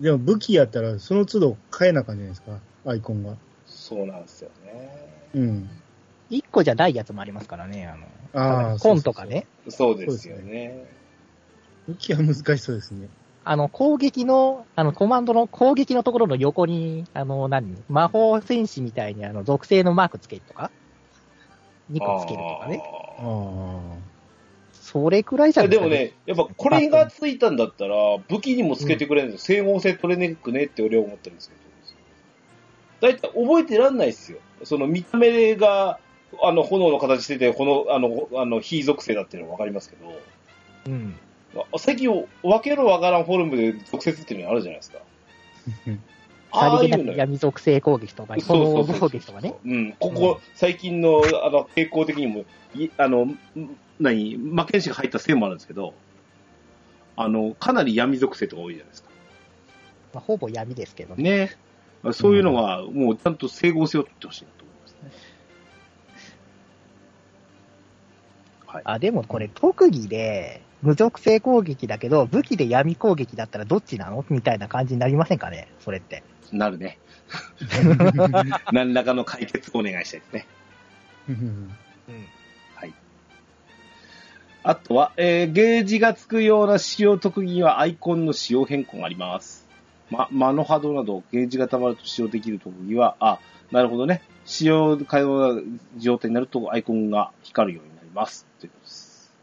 S2: でも武器やったら、その都度変えなあかんじゃないですか、アイコンが。
S1: そうなんですよね。
S2: うん。
S3: 一個じゃないやつもありますからね。あの、
S2: ああ、
S3: コンとかね。
S1: そうですよね。
S2: そうそうそう。武器は難しそうですね。
S3: あの、攻撃の、あの、コマンドの攻撃のところの横に、あの、何魔法戦士みたいに、あの、属性のマークつけるとか、2個つけるとかね。
S2: あ
S1: あ
S2: あ。
S3: それくらいじゃ
S1: ー。
S3: ない
S1: で
S3: ですか
S1: もね、やっぱこれがついたんだったら、武器にもつけてくれないと整合性取れねくねって俺は思ってるんですけど。だいたい覚えてらんないっすよ。その見た目が、あの、炎の形してて、この、あの、あの、非属性だっていうのはわかりますけど。
S3: うん。
S1: あ最近、わけのわからんフォルムで直接っていうのあるじゃないですか。
S3: さ
S1: ああい
S3: りげ
S1: う
S3: な
S1: の
S3: く
S1: よ。
S3: 闇属性攻撃とか、炎攻撃とかね。
S1: うん、ここ、最近の、あの、傾向的にも、いあの、ん何、魔剣士が入ったせいもあるんですけど、あの、かなり闇属性とか多いじゃないですか。
S3: まあ、ほぼ闇ですけどね。
S1: ね。そういうのが、もうちゃんと整合性を取ってほしいなと思いますね。はい。
S3: あ、でもこれ特技で、無属性攻撃だけど、武器で闇攻撃だったらどっちなのみたいな感じになりませんかねそれって。
S1: なる ね。何らかの解決をお願いしたいですね。
S3: うん。
S1: あとは、えーゲージがつくような使用特技にはアイコンの使用変更があります。ま、間の波動など、ゲージが溜まると使用できる特技は、あ、なるほどね。使用可能な状態になるとアイコンが光るようになります。ということです。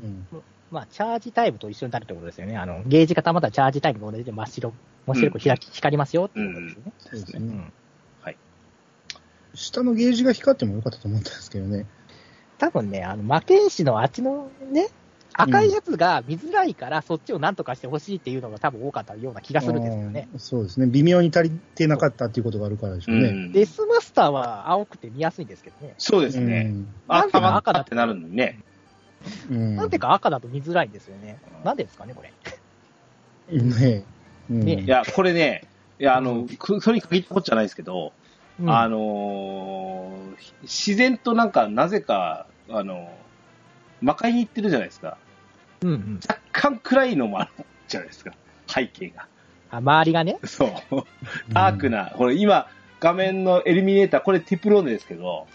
S2: うん
S3: まあ、チャージタイムと一緒になるってことですよね。あの、ゲージがたまったらチャージタイムが同じで真っ白、真っ白く開き、光りますよってことですよね。
S2: そうです
S3: うん。
S2: ね。下のゲージが光ってもよかったと思ったんですけどね。
S3: 多分ね、あの、魔剣士のあっちのね、赤いやつが見づらいから、そっちをなんとかしてほしいっていうのが多分多かったような気がするんですよね。
S2: あーそうですね。微妙に足りてなかったっていうことがあるからでしょうね。
S3: デスマスターは青くて見やすいんですけどね。
S1: そうで
S2: です
S1: ね。。
S3: な
S1: あ、
S3: んと
S1: た
S3: か
S1: ま
S3: 赤だ
S1: ったってなるのにね。
S2: うん。
S3: なんていうか赤だと見づらいんですよね。なんでですかね、これ。
S2: ねえ。うん
S3: ね
S1: いや、これね、いや、あの、くそれに限ったことじゃないですけど、
S3: うん
S1: あのーひ自然となんか、なぜか、あのー魔界に行ってるじゃないですか。
S3: うんうん。
S1: 若干暗いのもあるじゃないですか、背景が。
S3: あ、周りがね。
S1: そう。ダーク。な、これ今、画面のエルミネーター、これティプローネですけど、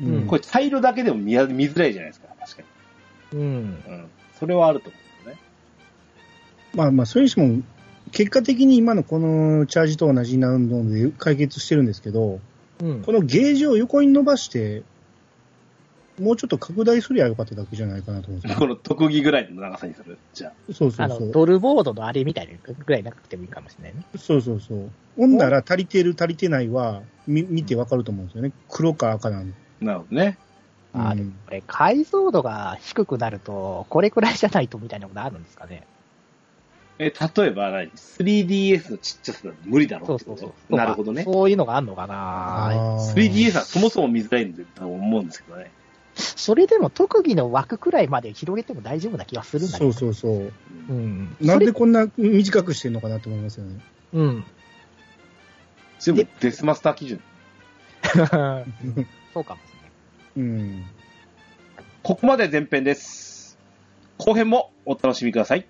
S2: うん
S3: うん
S1: これ茶色だけでも見や見づらいじゃないですか、確か
S3: うん。
S1: に。うん。それはあると思うんですよね。
S2: まあまあ、それにしても、結果的に今のこのチャージと同じなので解決してるんですけど、
S3: うん
S2: こ。のゲージを横に伸ばして、もうちょっと拡大すりゃよかっただけじゃないかなと思うんですよ
S1: この特技ぐらいの長さにする。じゃ
S2: そうそ
S3: あ
S2: うそ
S3: の、
S2: う。
S3: ドルボードのあれみたいなぐらいなくてもいいかもしれないね。
S2: そうそうそう。ほんなら足りてる足りてないは見見てわかると思うんですよね。黒か赤なの。
S1: あ。なるほどね。
S3: あ
S2: う
S3: で
S2: ん
S3: もこれ、解像度が低くなると、これくらいじゃないとみたいなことあるんですかね。
S1: え、例えば何 ?3DS のちっちゃさだと無理だろ
S3: そう
S1: って
S3: そ
S1: こ
S3: うそう
S1: と。なるほどね。
S3: そういうのがあるのかな。
S2: あー
S1: 3DS はそもそも見づらいんだと思うんですけどね。
S3: それでも特技の枠くらいまで広げても大丈夫な気がするんだけ
S2: そ
S3: ど。
S2: うそうそう。
S1: う
S3: うんん。
S2: なんで
S3: そ
S2: こんな短くしてるのかなと思いますよね。
S3: れうん。
S1: 全部デスマスター基準。
S3: そうかもしれない。
S2: うん。
S1: ここまで前編です。後編もお楽しみください。